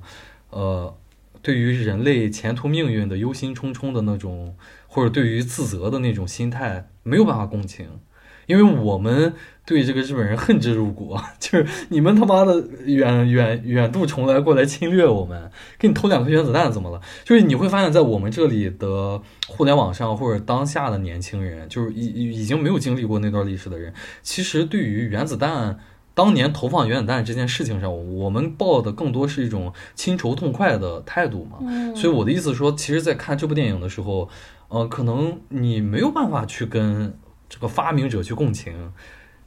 Speaker 1: 呃，对于人类前途命运的忧心忡忡的那种，或者对于自责的那种心态，没有办法共情，因为我们对这个日本人恨之入骨，啊 就是你们他妈的远远远渡重来过来侵略我们，给你偷两颗原子弹怎么了？就是你会发现在我们这里的互联网上或者当下的年轻人，就是已已经没有经历过那段历史的人，其实对于原子弹。当年投放原子弹这件事情上，我们抱的更多是一种亲仇痛快的态度嘛。
Speaker 2: 嗯
Speaker 1: 所以我的意思说，其实，在看这部电影的时候，呃，可能你没有办法去跟这个发明者去共情，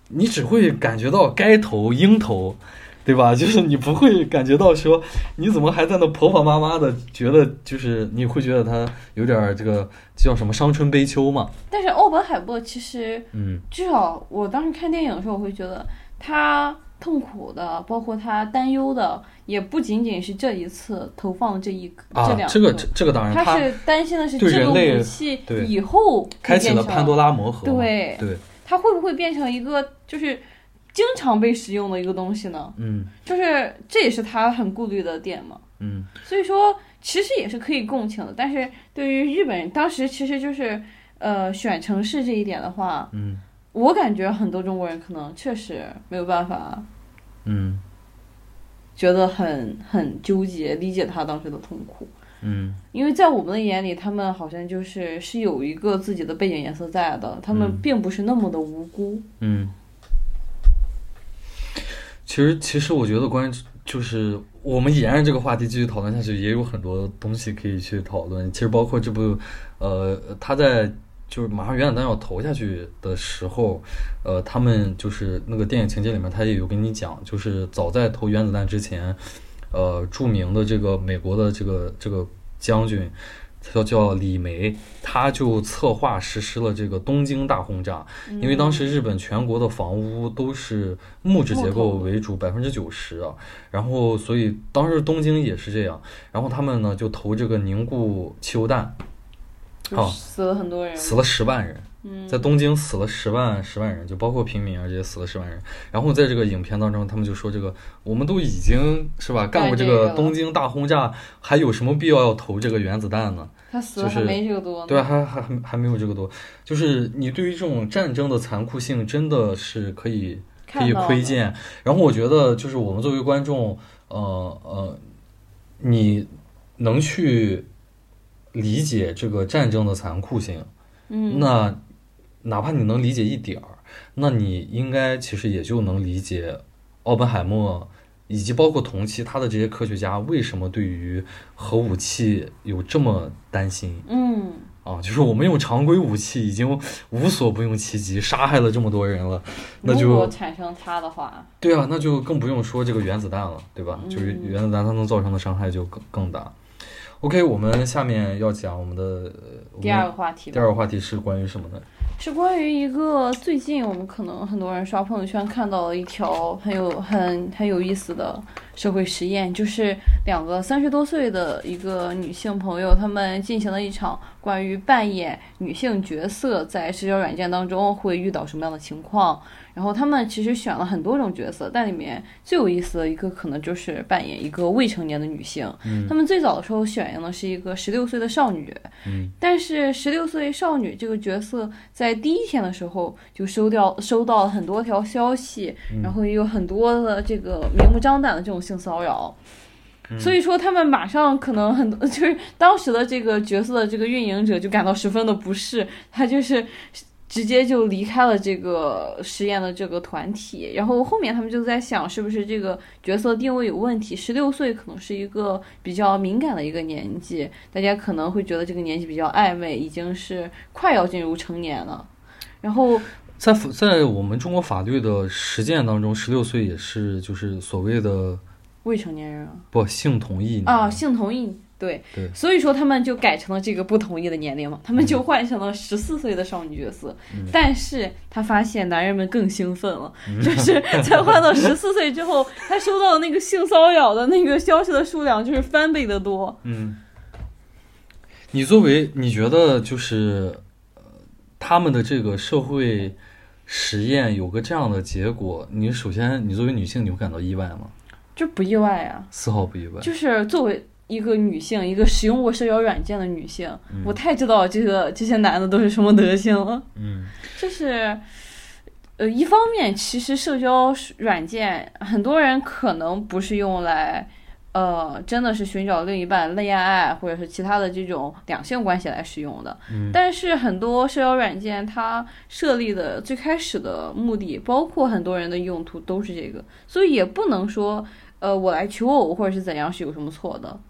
Speaker 1: 你只会感觉到该投应投，对吧？ 就是你不会感觉到说，你怎么还在那婆婆妈妈的，觉得就是你会觉得他有点儿这个叫什么伤春悲秋嘛？
Speaker 2: 但是奥本海默其实
Speaker 1: 嗯
Speaker 2: 至少我当时看电影的时候，我会觉得他痛苦的，包括他担忧的，也不仅仅是这一次投放的这一个、
Speaker 1: 啊
Speaker 2: 这，两
Speaker 1: 这个这这个当然
Speaker 2: 他
Speaker 1: 嗯他
Speaker 2: 是担心的是
Speaker 1: 对
Speaker 2: 这个
Speaker 1: 人类
Speaker 2: 武器
Speaker 1: 对
Speaker 2: 以后会
Speaker 1: 开启
Speaker 2: 变
Speaker 1: 了
Speaker 2: 成
Speaker 1: 潘多拉魔盒嘛。
Speaker 2: 对
Speaker 1: 对，
Speaker 2: 它会不会变成一个就是经常被使用的一个东西呢？
Speaker 1: 嗯
Speaker 2: 就是这也是他很顾虑的点嘛。
Speaker 1: 嗯
Speaker 2: 所以说，其实也是可以共情的。但是对于日本人，当时其实就是呃选城市这一点的话，
Speaker 1: 嗯
Speaker 2: 我感觉很多中国人可能确实没有办法
Speaker 1: 嗯
Speaker 2: 觉得很很纠结，理解他当时的痛苦。
Speaker 1: 嗯
Speaker 2: 因为在我们的眼里，他们好像就是是有一个自己的背景颜色在的，他们并不是那么的无辜。
Speaker 1: 嗯。其实，其实我觉得关于就是我们沿着这个话题继续讨论下去，也有很多东西可以去讨论。其实包括这部，呃，他在就是马上原子弹要投下去的时候，呃，他们就是那个电影情节里面，他也有跟你讲，就是早在投原子弹之前，呃，著名的这个美国的这个这个将军，他叫李梅，他就策划实施了这个东京大轰炸，因为当时日本全国的房屋都是木质结构为主，百分之九十啊，然后所以当时东京也是这样，然后他们呢就投这个凝固汽油弹，
Speaker 2: 就
Speaker 1: 好
Speaker 2: 是死了很多人，
Speaker 1: 哦死了十万人。
Speaker 2: 嗯
Speaker 1: 在东京死了十万十万人，就包括平民啊这些死了十万人。然后在这个影片当中，他们就说这个我们都已经是吧干过这
Speaker 2: 干这个
Speaker 1: 个
Speaker 2: 了
Speaker 1: 东京大轰炸，还有什么必要要投这个原子弹呢？
Speaker 2: 他死了
Speaker 1: 就是
Speaker 2: 还没这个多呢。
Speaker 1: 对啊，还还还还没有这个多。就是你对于这种战争的残酷性，真的是可以可
Speaker 2: 看
Speaker 1: 以
Speaker 2: 到
Speaker 1: 窥
Speaker 2: 了
Speaker 1: 见。然后我觉得，就是我们作为观众，呃呃，你能去理解这个战争的残酷性，
Speaker 2: 嗯，
Speaker 1: 那哪怕你能理解一点儿，那你应该其实也就能理解奥本海默以及包括同期他的这些科学家为什么对于核武器有这么担心。
Speaker 2: 嗯，
Speaker 1: 啊，就是我们用常规武器已经无所不用其极，杀害了这么多人了，那
Speaker 2: 如果
Speaker 1: 就
Speaker 2: 产生它的话，
Speaker 1: 对啊，那就更不用说这个原子弹了，对吧？就是
Speaker 2: 嗯
Speaker 1: 原子弹它能造成的伤害就更更大。OK，我们下面要讲我们的呃我们
Speaker 2: 第二个话题
Speaker 1: 第
Speaker 2: 吧，
Speaker 1: 二个话题是关于什么呢？
Speaker 2: 是关于一个最近我们可能很多人刷朋友圈看到了一条很有很很有意思的社会实验，就是两个三十多岁的一个女性朋友，她们进行了一场关于扮演女性角色在社交软件当中会遇到什么样的情况。然后她们其实选了很多种角色，但里面最有意思的一个可能就是扮演一个未成年的女性。
Speaker 1: 嗯
Speaker 2: 她们最早的时候选用的是一个十六岁的少女，
Speaker 1: 嗯
Speaker 2: 但是十六岁少女这个角色在第一天的时候就收掉收到了很多条消息，然后也有很多的这个明目张胆的这种性骚扰。所以说，他们马上可能很多， 就是当时的这个角色的这个运营者就感到十分的不适，他就是直接就离开了这个实验的这个团体。然后后面他们就在想，是不是这个角色定位有问题？十六岁可能是一个比较敏感的一个年纪，大家可能会觉得这个年纪比较暧昧，已经是快要进入成年了。然后，
Speaker 1: 在法在我们中国法律的实践当中，十六岁也是就是所谓的
Speaker 2: 未成年人啊
Speaker 1: 不性同意
Speaker 2: 啊，
Speaker 1: 年
Speaker 2: 性同意。对，
Speaker 1: 嗯对
Speaker 2: 所以说他们就改成了这个不同意的年龄嘛，他们就换成了十四岁的少女角色。但是他发现男人们更兴奋了，就是在换到十四岁之后，他收到的那个性骚扰的那个消息的数量就是翻倍的多。
Speaker 1: 嗯，你作为你觉得就是呃他们的这个社会实验有个这样的结果，你首先你作为女性你会感到意外吗？
Speaker 2: 这不意外啊，
Speaker 1: 丝毫不意外。
Speaker 2: 就是作为一个女性，一个使用过社交软件的女性，我太知道这个这些男的都是什么德行了。
Speaker 1: 嗯
Speaker 2: 就是，呃，一方面其实社交软件很多人可能不是用来。呃，真的是寻找另一半、恋爱或者是其他的这种两性关系来使用的。
Speaker 1: 嗯
Speaker 2: 但是很多社交软件它设立的最开始的目的，包括很多人的用途都是这个，所以也不能说，呃，我来求偶或者是怎样是有什么错的。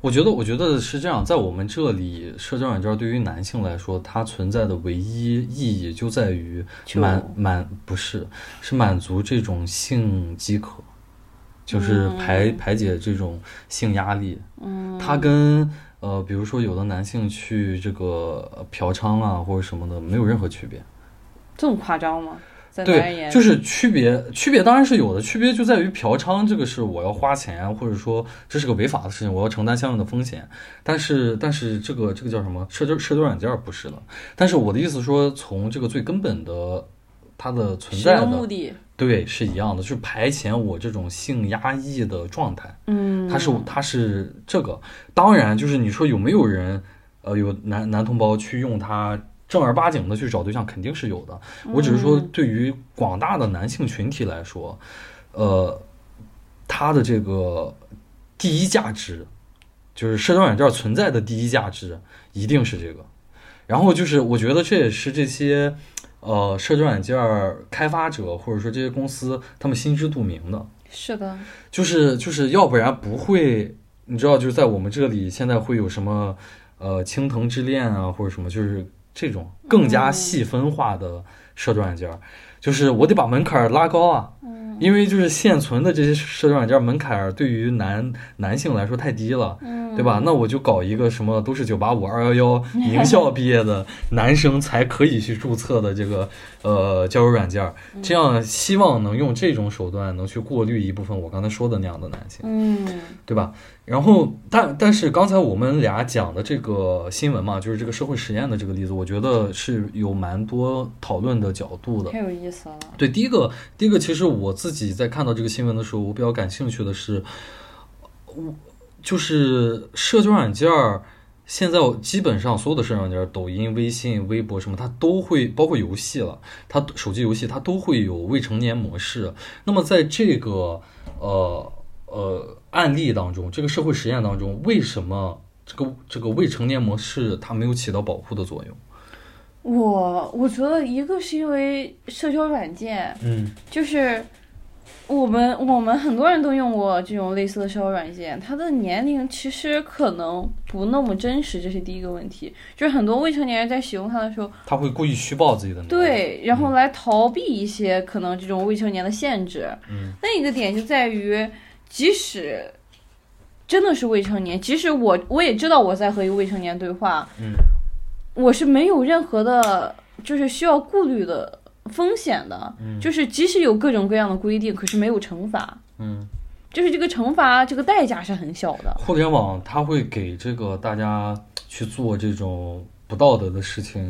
Speaker 1: 我觉得，我觉得是这样，在我们这里，社交软件对于男性来说，它存在的唯一意义就在于
Speaker 2: 就
Speaker 1: 满满不是是满足这种性饥渴，就是排、排解这种性压力。嗯，它跟呃，比如说有的男性去这个呃嫖娼啊或者什么的，没有任何区别。
Speaker 2: 这么夸张吗？在男人
Speaker 1: 对，
Speaker 2: 眼里，
Speaker 1: 就是区别，区别当然是有的，区别就在于嫖娼这个是我要花钱，或者说这是个违法的事情，我要承担相应的风险。但是，但是这个这个叫什么社交社交软件不是的。但是我的意思说，从这个最根本的它的存
Speaker 2: 使
Speaker 1: 在
Speaker 2: 用目
Speaker 1: 的
Speaker 2: 的，
Speaker 1: 对是一样的，就是排遣我这种性压抑的状态。
Speaker 2: 嗯，
Speaker 1: 它是它是这个，当然就是你说有没有人，呃，有男男同胞去用它正儿八经的去找对象，肯定是有的。我只是说，对于广大的男性群体来说，呃，它的这个第一价值，就是社交软件存在的第一价值，一定是这个。然后就是，我觉得这也是这些。呃，社交软件开发者或者说这些公司，他们心知肚明的，
Speaker 2: 是的，
Speaker 1: 就是就是要不然不会，你知道，就是在我们这里现在会有什么呃青藤之恋啊，或者什么，就是这种更加细分化的社交软件儿，就是我得把门槛儿拉高啊，因为就是现存的这些社交软件儿门槛儿对于男男性来说太低了。
Speaker 2: 嗯，
Speaker 1: 对吧？那我就搞一个什么都是九八五、二幺幺名校毕业的男生才可以去注册的这个呃交友软件儿，这样希望能用这种手段能去过滤一部分我刚才说的那样的男性，
Speaker 2: 嗯，
Speaker 1: 对吧？然后，但但是刚才我们俩讲的这个新闻嘛，就是这个社会实验的这个例子，我觉得是有蛮多讨论的角度的。
Speaker 2: 太有意思了，
Speaker 1: 对，第一个，第一个，其实我自己在看到这个新闻的时候，我比较感兴趣的是，我就是社交软件儿，现在我基本上所有的社交软件儿，抖音、微信、微博什么，它都会，包括游戏了，它手机游戏它都会有未成年模式。那么在这个呃呃案例当中，这个社会实验当中，为什么这个这个未成年模式它没有起到保护的作用？
Speaker 2: 我我觉得一个是因为社交软件，
Speaker 1: 嗯
Speaker 2: 就是我们我们很多人都用过这种类似的社交软件，它的年龄其实可能不那么真实，这是第一个问题。就是很多未成年人在使用它的时候，
Speaker 1: 它会故意虚报自己的年龄。
Speaker 2: 对，然后来逃避一些可能这种未成年的限制。
Speaker 1: 嗯，
Speaker 2: 另一个点就在于，即使真的是未成年，即使我我也知道我在和一个未成年对话，
Speaker 1: 嗯，
Speaker 2: 我是没有任何的，就是需要顾虑的风险的。嗯，就是即使有各种各样的规定，可是没有惩罚，
Speaker 1: 嗯。
Speaker 2: 就是这个惩罚这个代价是很小的。
Speaker 1: 互联网它会给这个大家去做这种不道德的事情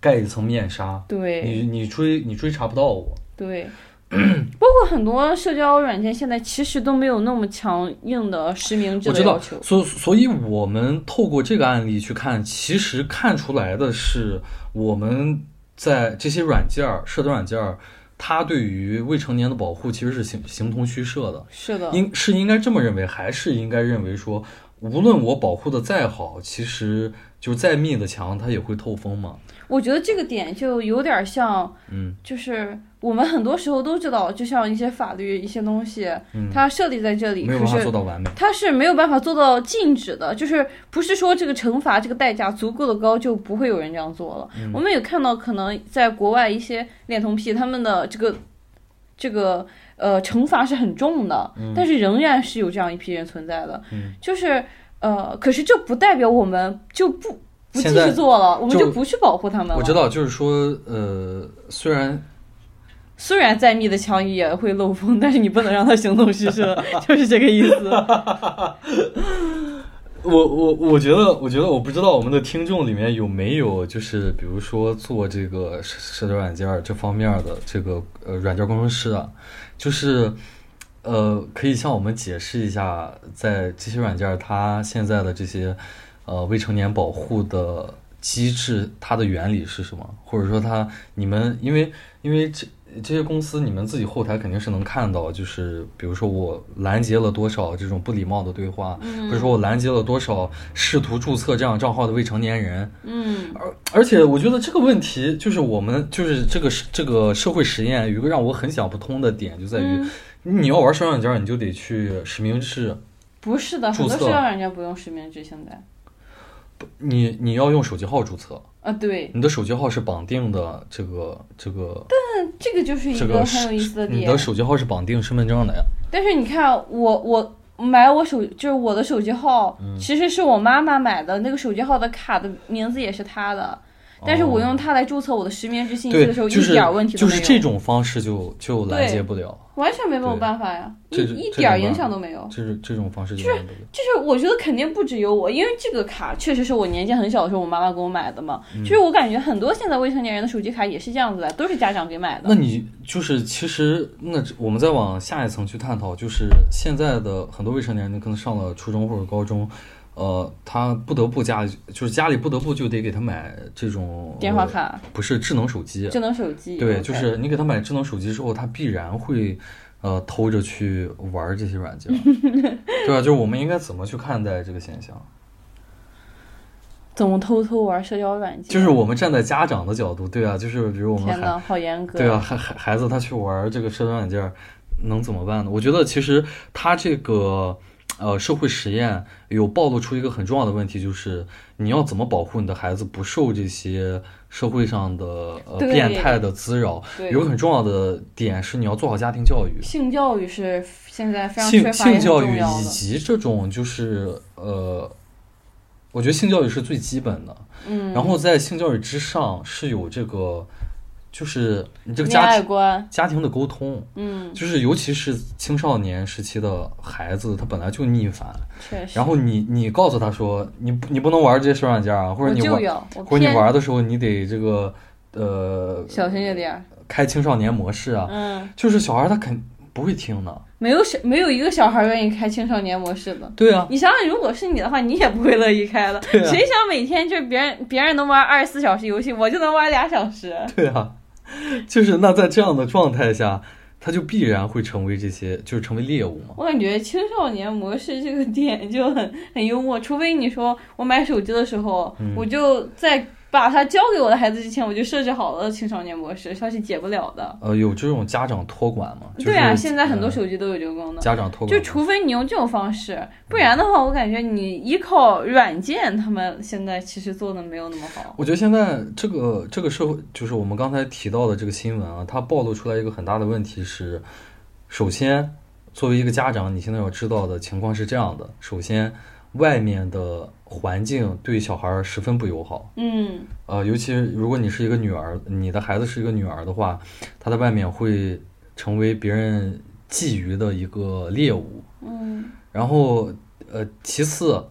Speaker 1: 盖一层面纱，
Speaker 2: 对
Speaker 1: 你你追你追查不到我。
Speaker 2: 对。包括很多社交软件现在其实都没有那么强硬的实名制
Speaker 1: 我
Speaker 2: 的
Speaker 1: 知
Speaker 2: 要
Speaker 1: 道，
Speaker 2: 求。
Speaker 1: 所所以我们透过这个案例去看，其实看出来的是我们在这些软件儿、社交软件儿，它对于未成年的保护其实是形形同虚设的。
Speaker 2: 是的，
Speaker 1: 应是应该这么认为，还是应该认为说，无论我保护的再好，其实就是再密的墙，它也会透风嘛？
Speaker 2: 我觉得这个点就有点像，
Speaker 1: 嗯，
Speaker 2: 就是我们很多时候都知道，就像一些法律一些东西，
Speaker 1: 嗯
Speaker 2: 它设立在这里，
Speaker 1: 没有
Speaker 2: 可
Speaker 1: 办法
Speaker 2: 是
Speaker 1: 做到完美。
Speaker 2: 它是没有办法做到禁止的，就是不是说这个惩罚这个代价足够的高，就不会有人这样做了。
Speaker 1: 嗯
Speaker 2: 我们也看到，可能在国外一些恋童癖，他们的这个这个呃惩罚是很重的，但是仍然是有这样一批人存在的，
Speaker 1: 嗯
Speaker 2: 就是呃，可是这不代表我们就不。不继
Speaker 1: 现在
Speaker 2: 续做了，我们
Speaker 1: 就
Speaker 2: 就不去保护他们了。
Speaker 1: 我知道，就是说，呃，虽然
Speaker 2: 虽然再密的墙也会漏风，但是你不能让它形同 虚设，就是这个意思。
Speaker 1: 我我我觉得，我觉得我不知道我们的听众里面有没有就是比如说做这个社社交软件儿这方面儿的这个呃软件工程师啊，就是呃，可以向我们解释一下，在这些软件儿它现在的这些呃未成年保护的机制，它的原理是什么？或者说它你们因为因为这这些公司你们自己后台肯定是能看到，就是比如说我拦截了多少这种不礼貌的对话，或者说我拦截了多少试图注册这样账号的未成年人，
Speaker 2: 嗯
Speaker 1: 而而且我觉得这个问题就是我们就是这个这个社会实验有一个让我很想不通的点，就在于
Speaker 2: 嗯，
Speaker 1: 你要玩社交软件，你就得去实名制，
Speaker 2: 不是的，很
Speaker 1: 注
Speaker 2: 多
Speaker 1: 册
Speaker 2: 社交软件不用实名制现在。
Speaker 1: 你你要用手机号注册，
Speaker 2: 啊，对，
Speaker 1: 你的手机号是绑定的这个这个
Speaker 2: 嗯这个就是一
Speaker 1: 这个
Speaker 2: 很有意思的
Speaker 1: 你
Speaker 2: 点。
Speaker 1: 的手机号是绑定身份证的呀。
Speaker 2: 但是你看，我我买我手就是我的手机号，
Speaker 1: 嗯
Speaker 2: 其实是我妈妈买的，那个手机号的卡的名字也是她的，但是我用它来注册我的实名制信息
Speaker 1: 哦对
Speaker 2: 的时候，，
Speaker 1: 就是
Speaker 2: 一点儿问题都
Speaker 1: 就
Speaker 2: 没
Speaker 1: 是
Speaker 2: 有，
Speaker 1: 这种方式就就拦
Speaker 2: 对
Speaker 1: 截不了，
Speaker 2: 完全没有办法呀，一
Speaker 1: 这是
Speaker 2: 一
Speaker 1: 这
Speaker 2: 点儿
Speaker 1: 种办
Speaker 2: 影
Speaker 1: 法
Speaker 2: 响都没有。
Speaker 1: 这是这种方式就拦截不了。
Speaker 2: 就是我觉得肯定不只有我，因为这个卡确实是我年纪很小的时候我妈妈给我买的嘛，
Speaker 1: 嗯
Speaker 2: 就是我感觉很多现在未成年人的手机卡也是这样子的，都是家长给买
Speaker 1: 那
Speaker 2: 的。
Speaker 1: 你就是其实那我们再往下一层去探讨，就是现在的很多未成年人可能上了初中或者高中，呃，他不得不家就是家里不得不就得给他买这种
Speaker 2: 电话，
Speaker 1: 呃
Speaker 2: 卡、
Speaker 1: 不是智能手机，
Speaker 2: 智能手机，
Speaker 1: 对，
Speaker 2: OK
Speaker 1: 就是你给他买智能手机之后，他必然会呃偷着去玩这些软 件，对吧？就是我们应该怎么去看待这个现象？
Speaker 2: 怎么偷偷玩社交软件？
Speaker 1: 就是我们站在家长的角度，对啊，就是比如我们
Speaker 2: 天
Speaker 1: 孩
Speaker 2: 呐，好严格。
Speaker 1: 对啊，，孩孩孩子他去玩这个社交软件儿，能怎么办呢？我觉得其实他这个呃社会实验有暴露出一个很重要的问题，就是你要怎么保护你的孩子不受这些社会上的呃
Speaker 2: 对
Speaker 1: 变态的滋扰。
Speaker 2: 对
Speaker 1: 有个很重要的点是你要做好家庭教育。
Speaker 2: 性教育是现在非常缺
Speaker 1: 性
Speaker 2: 乏也
Speaker 1: 性
Speaker 2: 很
Speaker 1: 教
Speaker 2: 重
Speaker 1: 育
Speaker 2: 要
Speaker 1: 以
Speaker 2: 的。
Speaker 1: 及这种就是呃，我觉得性教育是最基本的，
Speaker 2: 嗯，
Speaker 1: 然后在性教育之上是有这个，就是你这个
Speaker 2: 恋
Speaker 1: 家
Speaker 2: 爱
Speaker 1: 庭
Speaker 2: 观，
Speaker 1: 家庭的沟通，
Speaker 2: 嗯，
Speaker 1: 就是尤其是青少年时期的孩子，他本来就逆反，
Speaker 2: 确实。
Speaker 1: 然后你你告诉他说你不你不能玩这些小软件啊，或者
Speaker 2: 我
Speaker 1: 你
Speaker 2: 就
Speaker 1: 玩
Speaker 2: 要，我
Speaker 1: 或者
Speaker 2: 偏
Speaker 1: 你玩的时候你得这个呃
Speaker 2: 小心一点儿。
Speaker 1: 开青少年模式啊，
Speaker 2: 嗯，
Speaker 1: 就是小孩他肯不会听的，
Speaker 2: 没有小没有一个小孩愿意开青少年模式的。
Speaker 1: 对啊，
Speaker 2: 你想想，如果是你的话，你也不会乐意开的。
Speaker 1: 对啊
Speaker 2: 谁想每天就是别人别人能玩二十四小时游戏，我就能玩俩小时？
Speaker 1: 对啊，就是那在这样的状态下，他就必然会成为这些，就是成为猎物嘛。
Speaker 2: 我感觉青少年模式这个点就很很幽默，除非你说我买手机的时候，
Speaker 1: 嗯
Speaker 2: 我就在把它交给我的孩子之前，我就设置好了青少年模式，它是解不了的。
Speaker 1: 呃，有这种家长托管嘛？就是、
Speaker 2: 对啊，现在很多
Speaker 1: 呃
Speaker 2: 手机都有这个功能，
Speaker 1: 家长托
Speaker 2: 就
Speaker 1: 管，
Speaker 2: 除非你用这种方式，不然的话，我感觉你依靠软件，他们现在其实做的没有那么好。
Speaker 1: 我觉得现在这个这个社会，就是我们刚才提到的这个新闻啊，它暴露出来一个很大的问题是，首先作为一个家长，你现在要知道的情况是这样的：首先，外面的环境对小孩儿十分不友好。
Speaker 2: 嗯，
Speaker 1: 呃，尤其是如果你是一个女儿，你的孩子是一个女儿的话，她在外面会成为别人觊觎的一个猎物。
Speaker 2: 嗯，
Speaker 1: 然后，呃，其次，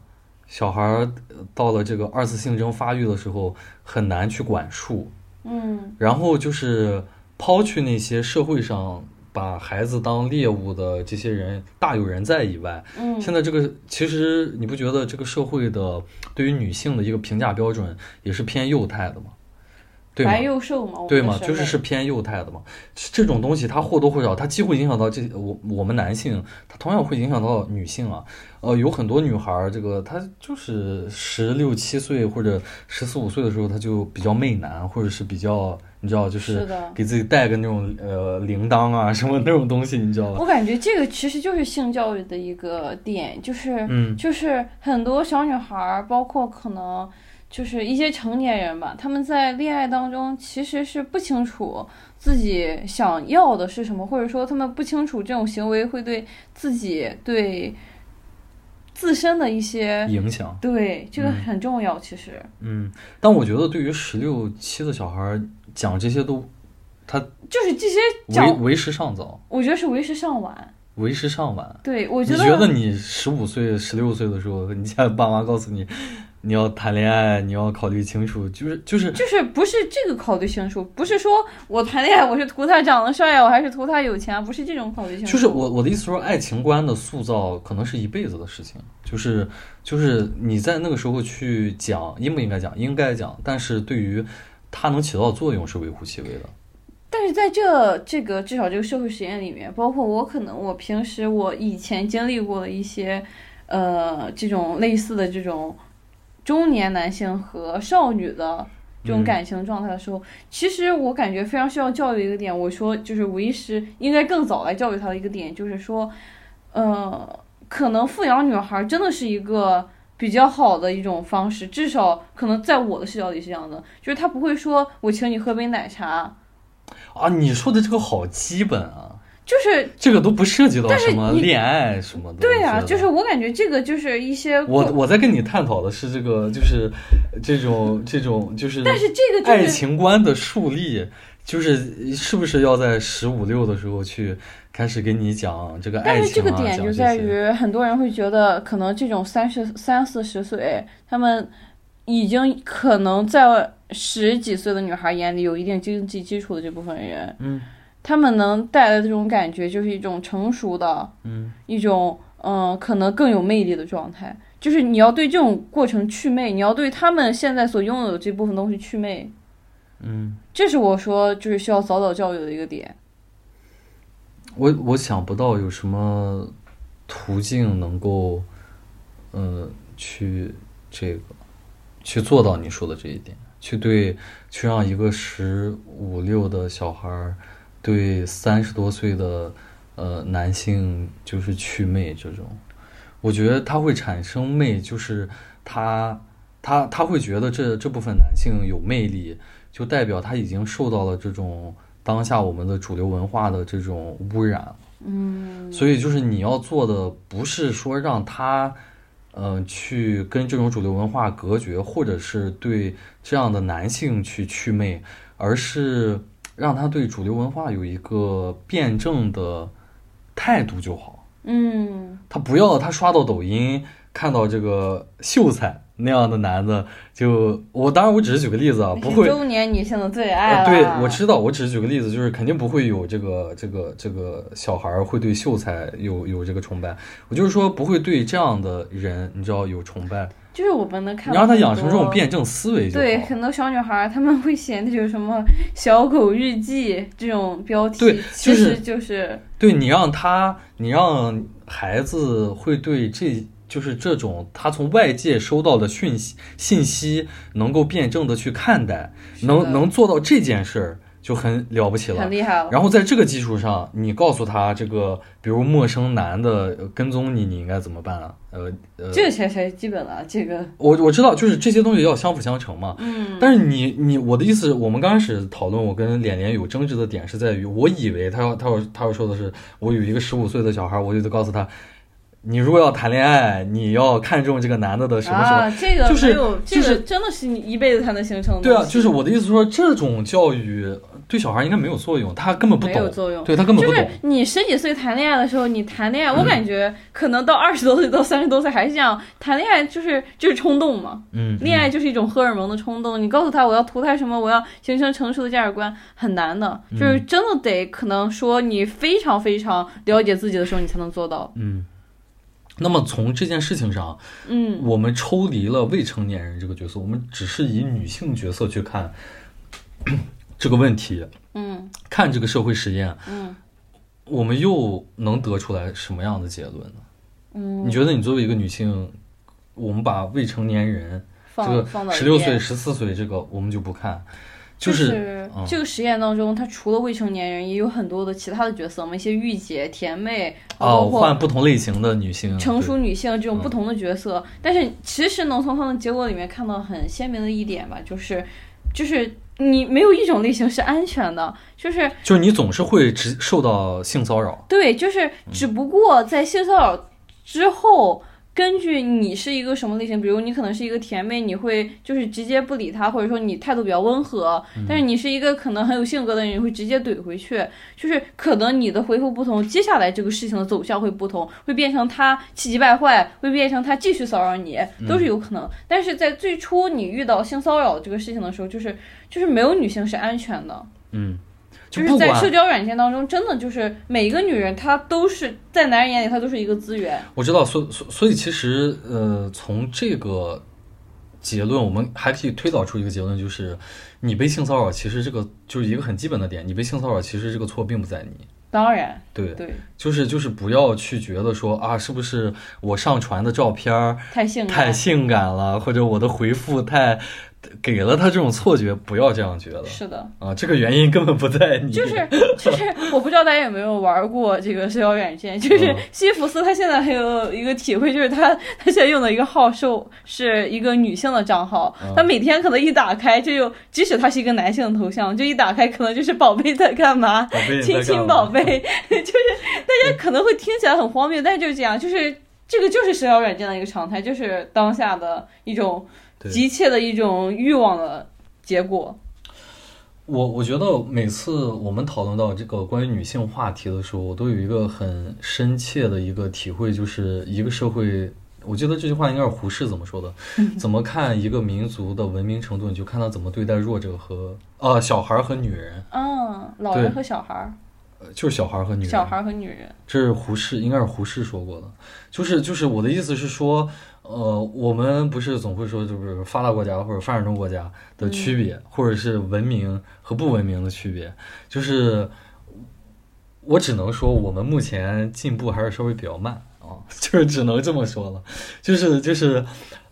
Speaker 1: 小孩儿呃到了这个二次性征发育的时候，很难去管束。
Speaker 2: 嗯，
Speaker 1: 然后就是抛去那些社会上把孩子当猎物的这些人大有人在以外，
Speaker 2: 嗯，
Speaker 1: 现在这个其实你不觉得这个社会的对于女性的一个评价标准也是偏幼态的吗？对吗
Speaker 2: 白？幼瘦嘛，我
Speaker 1: 对
Speaker 2: 们
Speaker 1: 吗？
Speaker 2: 的审
Speaker 1: 就是
Speaker 2: 美
Speaker 1: 是偏幼态的嘛。这种东西它或多或少，它既会影响到这我我们男性，它同样会影响到女性啊。呃，有很多女孩儿，这个她就是十六七岁或者十四五岁的时候，她就比较媚男，或者是比较你知道，就是
Speaker 2: 的
Speaker 1: 给自己带个那种呃铃铛啊 什么那种东西，你知道吧？
Speaker 2: 我感觉这个其实就是性教育的一个点，就是、
Speaker 1: 嗯
Speaker 2: 就是很多小女孩儿，包括可能就是一些成年人吧，他们在恋爱当中其实是不清楚自己想要的是什么，或者说他们不清楚这种行为会对自己对自身的一些
Speaker 1: 影响。
Speaker 2: 对这个
Speaker 1: 嗯
Speaker 2: 很重要，其实
Speaker 1: 嗯，但我觉得对于十六七的小孩儿讲这些都
Speaker 2: 就是这些
Speaker 1: 为
Speaker 2: 讲，
Speaker 1: 为时尚早，
Speaker 2: 我觉得是为时尚晚。
Speaker 1: 为时尚晚。
Speaker 2: 对，我
Speaker 1: 你
Speaker 2: 觉得
Speaker 1: 觉得你十五岁、十六岁的时候，你家爸妈告诉你，你要谈恋爱，你要考虑清楚，就是就是
Speaker 2: 就是不是这个考虑清楚，不是说我谈恋爱我是图他长得帅啊，我还是图他有钱啊，不是这种考虑清楚。
Speaker 1: 就是我我的意思说，爱情观的塑造可能是一辈子的事情，就是就是你在那个时候去讲应不应该讲，应该讲，但是对于它能起到的作用是微乎其微的。
Speaker 2: 但是在这这个至少这个社会实验里面，包括我可能我平时我以前经历过的一些，呃，这种类似的这种中年男性和少女的这种感情状态的时候，其实我感觉非常需要教育的一个点，我说就是无意识应该更早来教育他的一个点，就是说，呃，可能富养女孩真的是一个。比较好的一种方式，至少可能在我的视角里是这样的，就是他不会说我请你喝杯奶茶，
Speaker 1: 啊，你说的这个好基本啊，
Speaker 2: 就是
Speaker 1: 这个都不涉及到
Speaker 2: 但是
Speaker 1: 什么
Speaker 2: 你
Speaker 1: 恋爱什么的。
Speaker 2: 对
Speaker 1: 呀、
Speaker 2: 啊，就是我感觉这个就是一些
Speaker 1: 我
Speaker 2: 过，
Speaker 1: 我在跟你探讨的是这个，就是这种这种就是
Speaker 2: 但是这个
Speaker 1: 爱
Speaker 2: 就是
Speaker 1: 情观的树立，就是是不是要在十五六的时候去开始给你讲这个爱情
Speaker 2: 但
Speaker 1: 啊？
Speaker 2: 是这个点
Speaker 1: 讲
Speaker 2: 就
Speaker 1: 这
Speaker 2: 在
Speaker 1: 些
Speaker 2: 于很多人会觉得，可能这种三十三四十岁，他们已经可能在十几岁的女孩眼里有一定经济基础的这部分人，
Speaker 1: 嗯，
Speaker 2: 他们能带来的这种感觉就是一种成熟的，
Speaker 1: 嗯，
Speaker 2: 一种嗯、呃可能更有魅力的状态。就是你要对这种过程祛魅，你要对他们现在所拥有的这部分东西祛魅，
Speaker 1: 嗯，
Speaker 2: 这是我说就是需要早早教育的一个点。
Speaker 1: 我我想不到有什么途径能够，呃，去这个去做到你说的这一点，去对去让一个十五六的小孩儿对三十多岁的呃男性就是祛魅这种，我觉得他会产生魅，就是他他他会觉得这这部分男性有魅力，就代表他已经受到了这种当下我们的主流文化的这种污染了。嗯，所以就是你要做的不是说让他。嗯，去跟这种主流文化隔绝，或者是对这样的男性去祛魅，而是让他对主流文化有一个辩证的态度就好。
Speaker 2: 嗯，
Speaker 1: 他不要他刷到抖音看到这个秀才那样的男的，就我当然我只是举个例子啊，不 会。
Speaker 2: 中年女性的最
Speaker 1: 呃，
Speaker 2: 爱了。
Speaker 1: 对，我知道，我只是举个例子，就是肯定不会有这个这个这个小孩儿会对秀才有有这个崇拜，我就是说不会对这样的人，你知道有崇拜，
Speaker 2: 就是我们能看
Speaker 1: 你
Speaker 2: 到
Speaker 1: 让他
Speaker 2: 很
Speaker 1: 养成这种
Speaker 2: 多
Speaker 1: 辩证思维就好。
Speaker 2: 对，很多小女孩儿她们会写那种什么“小狗日记”这种标题，
Speaker 1: 对
Speaker 2: 其
Speaker 1: 就是
Speaker 2: 实就是
Speaker 1: 对你让他，你让孩子会对这就是这种他从外界收到的讯息信息能够辩证的去看待，
Speaker 2: 是的
Speaker 1: 能能做到这件事儿就很了不起了
Speaker 2: 很。厉害了。
Speaker 1: 然后在这个基础上，你告诉他这个，比如陌生男的呃跟踪你，你应该怎么办啊？呃呃，
Speaker 2: 这才才基本了，这个
Speaker 1: 我我知道，就是这些东西要相辅相成嘛。
Speaker 2: 嗯，
Speaker 1: 但是你你我的意思，我们刚开始讨论我跟脸脸有争执的点是在于，我以为他要他要他要说的是，我有一个十五岁的小孩，我就得告诉他，你如果要谈恋爱，你要看中这个男的的什么什么。
Speaker 2: 啊，这个
Speaker 1: 就是
Speaker 2: 没有，
Speaker 1: 就
Speaker 2: 这
Speaker 1: 是
Speaker 2: 个真的是你一辈子才能形成的。
Speaker 1: 对啊，就是我的意思说，这种教育对小孩应该没有作用，他根本不
Speaker 2: 没有
Speaker 1: 懂，
Speaker 2: 作用。
Speaker 1: 对他根本
Speaker 2: 就
Speaker 1: 不
Speaker 2: 是
Speaker 1: 懂。嗯
Speaker 2: 你十几岁谈恋爱的时候，你谈恋爱，我感觉可能到二十多岁到三十多岁还是这样，谈恋爱就是就是冲动嘛，
Speaker 1: 嗯，
Speaker 2: 恋爱
Speaker 1: 嗯
Speaker 2: 就是一种荷尔蒙的冲动，你告诉他我要图他什么，我要形成成熟的价值观，很难的，
Speaker 1: 嗯
Speaker 2: 就是真的得可能说你非常非常了解自己的时候，你才能做到。
Speaker 1: 嗯。那么从这件事情上，
Speaker 2: 嗯，
Speaker 1: 我们抽离了未成年人这个角色，我们只是以女性角色去看 这个问题。
Speaker 2: 嗯
Speaker 1: 看这个社会实验，
Speaker 2: 嗯，
Speaker 1: 我们又能得出来什么样的结论呢？
Speaker 2: 嗯，
Speaker 1: 你觉得你作为一个女性，我们把未成年人这
Speaker 2: 放放
Speaker 1: 个
Speaker 2: 到一
Speaker 1: 十六
Speaker 2: 边
Speaker 1: 岁、十四岁这个我们就不看，、
Speaker 2: 就是
Speaker 1: 嗯
Speaker 2: 这个实验当中，它除了未成年人，也有很多的其他的角色嘛，一些御姐、甜妹，包
Speaker 1: 哦，
Speaker 2: 括
Speaker 1: 换不同类型的女性，
Speaker 2: 呃成
Speaker 1: 对
Speaker 2: 熟女性这种不同的角色。但是其实能从他们的结果里面看到很鲜明的一点吧，就是就是你没有一种类型是安全的，就是
Speaker 1: 就是你总是会直受到性骚扰，
Speaker 2: 对，就是只不过在性骚扰之后。根据你是一个什么类型，比如你可能是一个甜妹，你会就是直接不理他，或者说你态度比较温和；但是你是一个可能很有性格的人，你会直接怼回去。就是可能你的回复不同，接下来这个事情的走向会不同，会变成他气急败坏，会变成他继续骚扰你，都是有可能。但是在最初你遇到性骚扰这个事情的时候，就是就是没有女性是安全的。
Speaker 1: 嗯，
Speaker 2: 就
Speaker 1: 不
Speaker 2: 是在
Speaker 1: 管
Speaker 2: 社交软件当中，真的就是每一个女人，她都是在男人眼里，她都是一个资源。
Speaker 1: 我知道，所所所以其实呃，从这个结论，我们还可以推导出一个结论，就是你被性骚扰，其实这个就是一个很基本的点，你被性骚扰，其实这个错并不在你。
Speaker 2: 当然，
Speaker 1: 对，
Speaker 2: 对，
Speaker 1: 就是就是不要去觉得说啊，是不是我上传的照片儿
Speaker 2: 太性
Speaker 1: 太
Speaker 2: 感，
Speaker 1: 性感了，或者我的回复太给了他这种错觉，不要这样觉得
Speaker 2: 是的，
Speaker 1: 啊，这个原因根本不在你。
Speaker 2: 就是就是，我不知道大家有没有玩过这个社交软件，就是
Speaker 1: 嗯
Speaker 2: 西弗斯他现在还有一个体会，就是他他现在用的一个号是是一个女性的账号，
Speaker 1: 嗯
Speaker 2: 他每天可能一打开就有，即使他是一个男性的头像，就一打开可能就是宝贝在干嘛，
Speaker 1: 宝贝你在
Speaker 2: 亲
Speaker 1: 干
Speaker 2: 亲
Speaker 1: 嘛
Speaker 2: 宝贝，就是大家可能会听起来很荒谬，但是就是这样，就是这个就是社交软件的一个常态，就是当下的一种
Speaker 1: 对
Speaker 2: 急切的一种欲望的结果。
Speaker 1: 我我觉得每次我们讨论到这个关于女性话题的时候，我都有一个很深切的一个体会，就是一个社会，我觉得这句话应该是胡适怎么说的？怎么看一个民族的文明程度，你就看他怎么对待弱者和呃小孩儿和女人，
Speaker 2: 嗯，老人
Speaker 1: 对
Speaker 2: 和小孩儿，
Speaker 1: 呃就是小孩儿和女人。
Speaker 2: 小孩儿和女人，
Speaker 1: 这是胡适，应该是胡适说过的，就是就是我的意思是说，呃，我们不是总会说，就是发达国家或者发展中国家的区别，或者是文明和不文明的区别，就是我只能说，我们目前进步还是稍微比较慢啊， 就是只能这么说了，就是就是。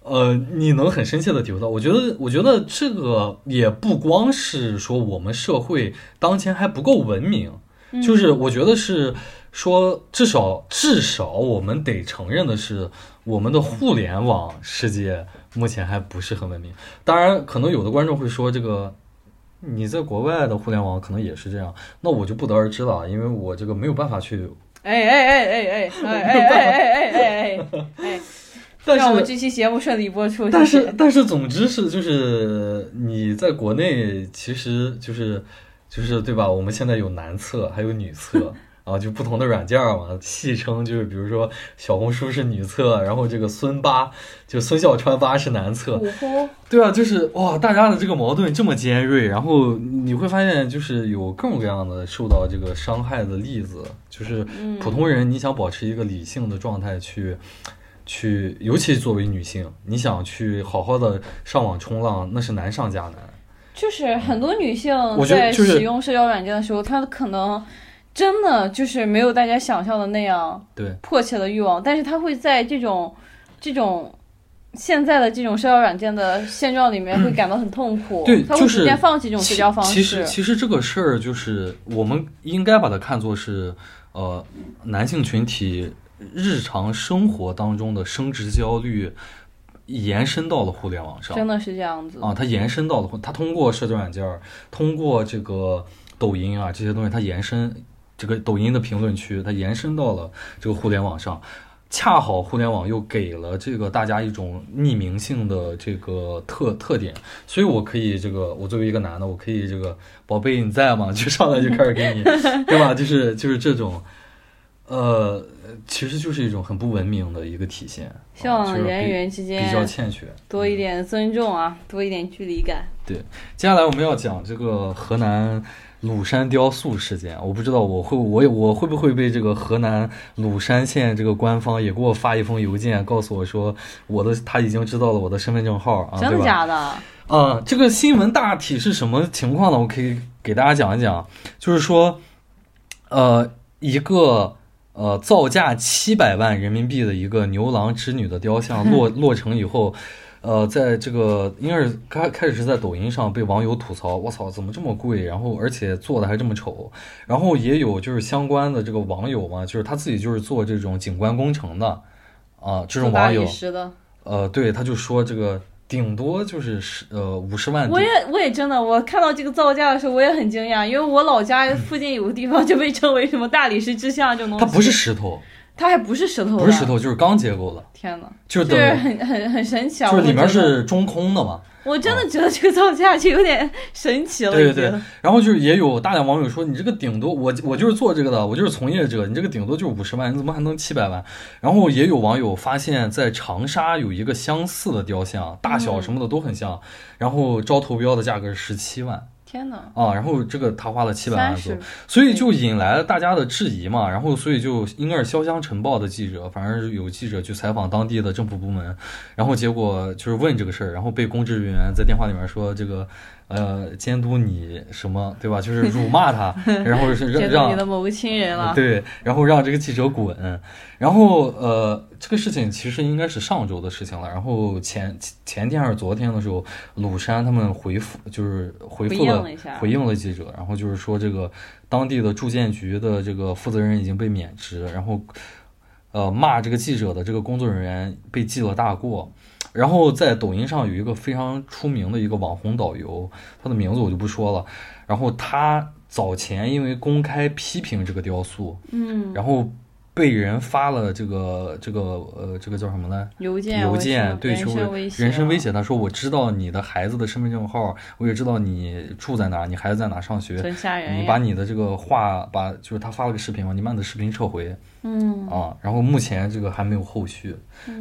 Speaker 1: 呃，你能很深切的体会到，我觉得，我觉得这个也不光是说我们社会当前还不够文明，
Speaker 2: 嗯
Speaker 1: 就是我觉得是说，至少至少我们得承认的是，我们的互联网世界目前还不是很文明。当然，可能有的观众会说，这个你在国外的互联网可能也是这样，那我就不得而知了，因为我这个没有办法去。
Speaker 2: 哎哎哎哎哎哎哎哎哎哎哎哎哎，
Speaker 1: 但
Speaker 2: 让我们
Speaker 1: 是
Speaker 2: 这期节目顺利播出。
Speaker 1: 但
Speaker 2: 谢
Speaker 1: 是
Speaker 2: 谢
Speaker 1: 但是，总之是就是你在国内其实就是就是对吧？我们现在有男厕，还有女 厕。啊，就不同的软件儿嘛，戏称就是，比如说小红书是女厕，然后这个孙八就孙笑川八是男厕，
Speaker 2: 五呼，
Speaker 1: 对啊，就是哇，大家的这个矛盾这么尖锐，然后你会发现，就是有各种各样的受到这个伤害的例子，就是
Speaker 2: 嗯
Speaker 1: 普通人你想保持一个理性的状态去。去，尤其作为女性，你想去好好的上网冲浪，那是难上加难。
Speaker 2: 就是很多女性
Speaker 1: 我觉得
Speaker 2: 在
Speaker 1: 就是
Speaker 2: 使用社交软件的时候，她可能真的就是没有大家想象的那样
Speaker 1: 对，
Speaker 2: 迫切的欲望，但是她会在这种这种。现在的这种社交软件的现状里面，会感到很痛苦，
Speaker 1: 对
Speaker 2: 她会
Speaker 1: 就是
Speaker 2: 逐渐放弃这种社交方式。
Speaker 1: 其实，其实这个事儿就是我们应该把它看作是，呃，男性群体日常生活当中的生殖焦虑延伸到了互联网上。
Speaker 2: 真的是这样子。
Speaker 1: 啊，它延伸到了，它通过社交软件儿，通过这个抖音啊这些东西，它延伸这个抖音的评论区，它延伸到了这个互联网上。恰好互联网又给了这个大家一种匿名性的这个特特点，所以我可以这个，我作为一个男的，我可以这个宝贝你在吗？ 就上来就开始 给你，对吧？就是就是这种，呃，其实就是一种很不文明的一个体现，啊
Speaker 2: 希望
Speaker 1: 就是
Speaker 2: 人
Speaker 1: 比
Speaker 2: 与人之
Speaker 1: 比较嗯
Speaker 2: 间
Speaker 1: 欠缺。
Speaker 2: 多一点尊重啊，多一点距离感。
Speaker 1: 接下来我们要讲这个河南鲁山雕塑事件，我不知道我会我也我会不会被这个河南鲁山县这个官方也给我发一封邮件，告诉我说我的他已经知道了我的身份证号啊，
Speaker 2: 真
Speaker 1: 对
Speaker 2: 的
Speaker 1: 吧？
Speaker 2: 假的？
Speaker 1: 啊、这个新闻大体是什么情况呢？我可以给大家讲一讲，就是说，呃，一个呃造价七百万人民币的一个牛郎织女的雕像落落成以后。呃，在这个应该是开开始是在抖音上被网友吐槽，我操，怎么这么贵？然后而且做的还这么丑，然后也有就是相关的这个网友嘛，就是他自己就是做这种景观工程的，啊、这种
Speaker 2: 自打
Speaker 1: 网友
Speaker 2: 与，时的，
Speaker 1: 呃，对，他就说这个顶多就是十呃五十万
Speaker 2: 我
Speaker 1: 顶，
Speaker 2: 也我也真的，我看到这个造价的时候，我也很惊 讶，因为我老家附近有个地方就被称为什么大理石之乡这种东
Speaker 1: 它
Speaker 2: 西。
Speaker 1: 不是石头，
Speaker 2: 它还不是石头的，
Speaker 1: 不是石，头就是钢结构的，
Speaker 2: 天哪，
Speaker 1: 就是
Speaker 2: 就
Speaker 1: 等
Speaker 2: 是
Speaker 1: 于
Speaker 2: 很很很神奇啊！
Speaker 1: 就是
Speaker 2: 我
Speaker 1: 里面
Speaker 2: 觉得，
Speaker 1: 是中空的嘛。
Speaker 2: 我真的觉得这个造价就有点神奇了，
Speaker 1: 对
Speaker 2: 已经
Speaker 1: 对对，然后就是也有大量网友说，你这个顶多我我就是做这个的，我就是从业者，你这个顶多就是五十万，你怎么还能七百万？然后也有网友发现，在长沙有一个相似的雕像，大小什么的都很
Speaker 2: 嗯
Speaker 1: 像，然后招投标的价格是十七万
Speaker 2: 天哪，
Speaker 1: 啊，然后这个他花了七百
Speaker 2: 三
Speaker 1: 万左
Speaker 2: 十
Speaker 1: 右，所以就引来了大家的质疑嘛，然后所以就应该是潇湘晨报的记者，反正有记者去采访当地的政府部门，然后结果就是问这个事儿，然后被公职人员在电话里面说这个呃监督你什么对吧？就是辱骂他， 然后是
Speaker 2: 这
Speaker 1: 让
Speaker 2: 个
Speaker 1: 让
Speaker 2: 你的某个亲人啊了，
Speaker 1: 对，然后让这个记者滚，然后呃，这个事情其实应该是上周的事情了。然后前前天还是昨天的时候，鲁山他们回复就是回
Speaker 2: 回
Speaker 1: 复
Speaker 2: 应
Speaker 1: 了
Speaker 2: 了一下
Speaker 1: 回应了记者，然后就是说这个当地的住建局的这个负责人已经被免职，然后呃骂这个记者的这个工作人员被记了大过。然后在抖音上有一个非常出名的一个网红导游，他的名字我就不说了。然后他早前因为公开批评这个雕塑，
Speaker 2: 嗯，
Speaker 1: 然后被人发了这个这个呃这个叫什么呢？
Speaker 2: 邮件
Speaker 1: 邮
Speaker 2: 微信
Speaker 1: 件对，
Speaker 2: 人
Speaker 1: 就
Speaker 2: 身威胁
Speaker 1: 是
Speaker 2: 啊，
Speaker 1: 人身威胁。他说：“我知道你的孩子的身份证号，我也知道你住在哪，你孩子在哪上学。
Speaker 2: 真吓人呀！
Speaker 1: 你把你的这个话，把就是他发了个视频嘛，你把你的视频撤回
Speaker 2: 嗯，
Speaker 1: 啊。然后目前这个还没有后续，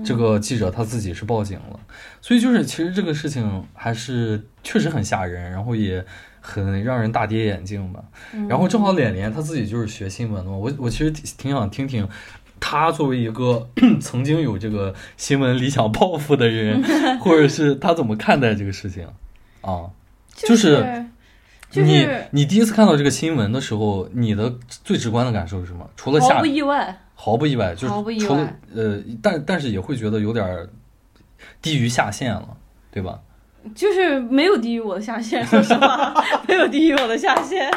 Speaker 1: 这个记者他自己是报警了。所以就是其实这个事情还是确实很吓人，然后也很让人大跌眼镜吧。
Speaker 2: 嗯
Speaker 1: 然后正好脸脸他自己就是学新闻的嘛，我我其实挺挺想听听。他作为一个 曾经有这个新闻理想抱负的 人，或者是他怎么看待这个事情啊？
Speaker 2: 就
Speaker 1: 就是
Speaker 2: 就
Speaker 1: 你
Speaker 2: 是
Speaker 1: 你第一次看到这个新闻的时候，你的最直观的感受是什么？除了
Speaker 2: 毫
Speaker 1: 吓
Speaker 2: 不，意外，
Speaker 1: 毫不意外，就
Speaker 2: 毫不
Speaker 1: 是
Speaker 2: 意
Speaker 1: 除了
Speaker 2: 外
Speaker 1: 呃，但但是也会觉得有点儿低于下限了，对吧？
Speaker 2: 就是没有低于我的下限，说实 话，没有低于我的下限，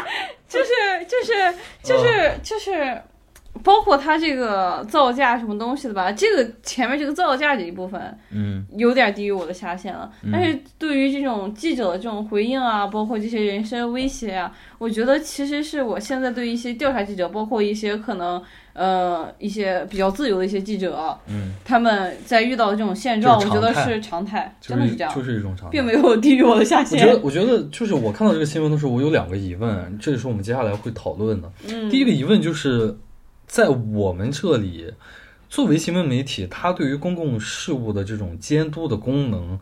Speaker 2: 就是就是就是
Speaker 1: 啊
Speaker 2: 就是，包括它这个造价什么东西的吧，这个前面这个造价这一部分
Speaker 1: 嗯
Speaker 2: 有点低于我的下限了，但是对于这种记者的这种回应啊，包括这些人身威胁啊，我觉得其实是我现在对一些调查记者，包括一些可能呃一些比较自由的一些记者啊，
Speaker 1: 嗯，
Speaker 2: 他们在遇到这种现状，
Speaker 1: 就
Speaker 2: 我
Speaker 1: 是
Speaker 2: 觉得
Speaker 1: 常态
Speaker 2: 是常态，
Speaker 1: 就
Speaker 2: 真的
Speaker 1: 是
Speaker 2: 是这样。
Speaker 1: 就是一种常态
Speaker 2: 并。没有低于我的下
Speaker 1: 我觉得
Speaker 2: 限。，
Speaker 1: 我觉得就是我看到这个新闻的时候，我有两个疑问，这也是我们接下来会讨论的。
Speaker 2: 嗯，
Speaker 1: 第一个疑问就是，在我们这里，作为新闻媒体，它对于公共事务的这种监督的功能，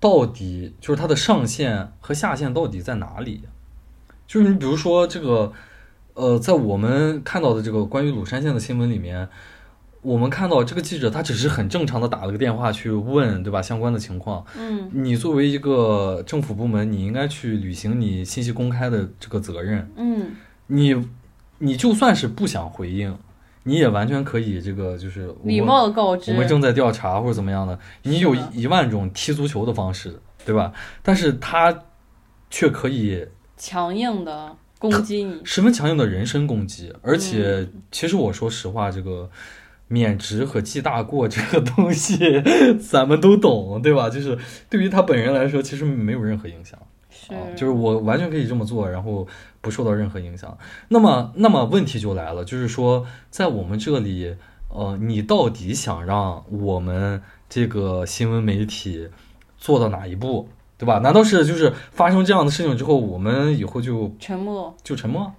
Speaker 1: 到底就是它的上限和下限到底在哪里？就是你比如说这个，呃，在我们看到的这个关于鲁山县的新闻里面，我们看到这个记者他只是很正常的打了个电话去问，对吧？相关的情况，
Speaker 2: 嗯，
Speaker 1: 你作为一个政府部门，你应该去履行你信息公开的这个责任。
Speaker 2: 嗯，
Speaker 1: 你你就算是不想回应，你也完全可以这个就是我
Speaker 2: 礼貌的告
Speaker 1: 我
Speaker 2: 知，
Speaker 1: 们正在调查或者怎么样的，你有
Speaker 2: 是的
Speaker 1: 一万种踢足球的方式，对吧？但是他却可以
Speaker 2: 强硬的攻击你。
Speaker 1: 十分强硬的人身攻击，而且其实我说实话，这个免职和记大过这个东西， 咱们都懂，对吧？就是对于他本人来说，其实没有任何影响。
Speaker 2: 是
Speaker 1: 啊，就是我完全可以这么做，然后不受到任何影响。那么，那么问题就来了，就是说，在我们这里，呃，你到底想让我们这个新闻媒体做到哪一步，对吧？难道是就是发生这样的事情之后，我们以后就
Speaker 2: 沉默。
Speaker 1: 就沉默？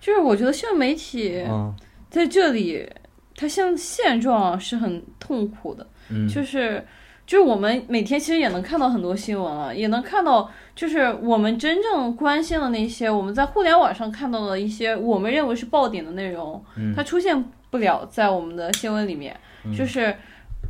Speaker 2: 就是我觉得新闻媒体
Speaker 1: 嗯
Speaker 2: 在这里，它现现状是很痛苦的，
Speaker 1: 嗯
Speaker 2: 就是。就是我们每天其实也能看到很多新闻了，也能看到，就是我们真正关心的那些，我们在互联网上看到的一些我们认为是爆点的内容，
Speaker 1: 嗯
Speaker 2: 它出现不了在我们的新闻里面，就是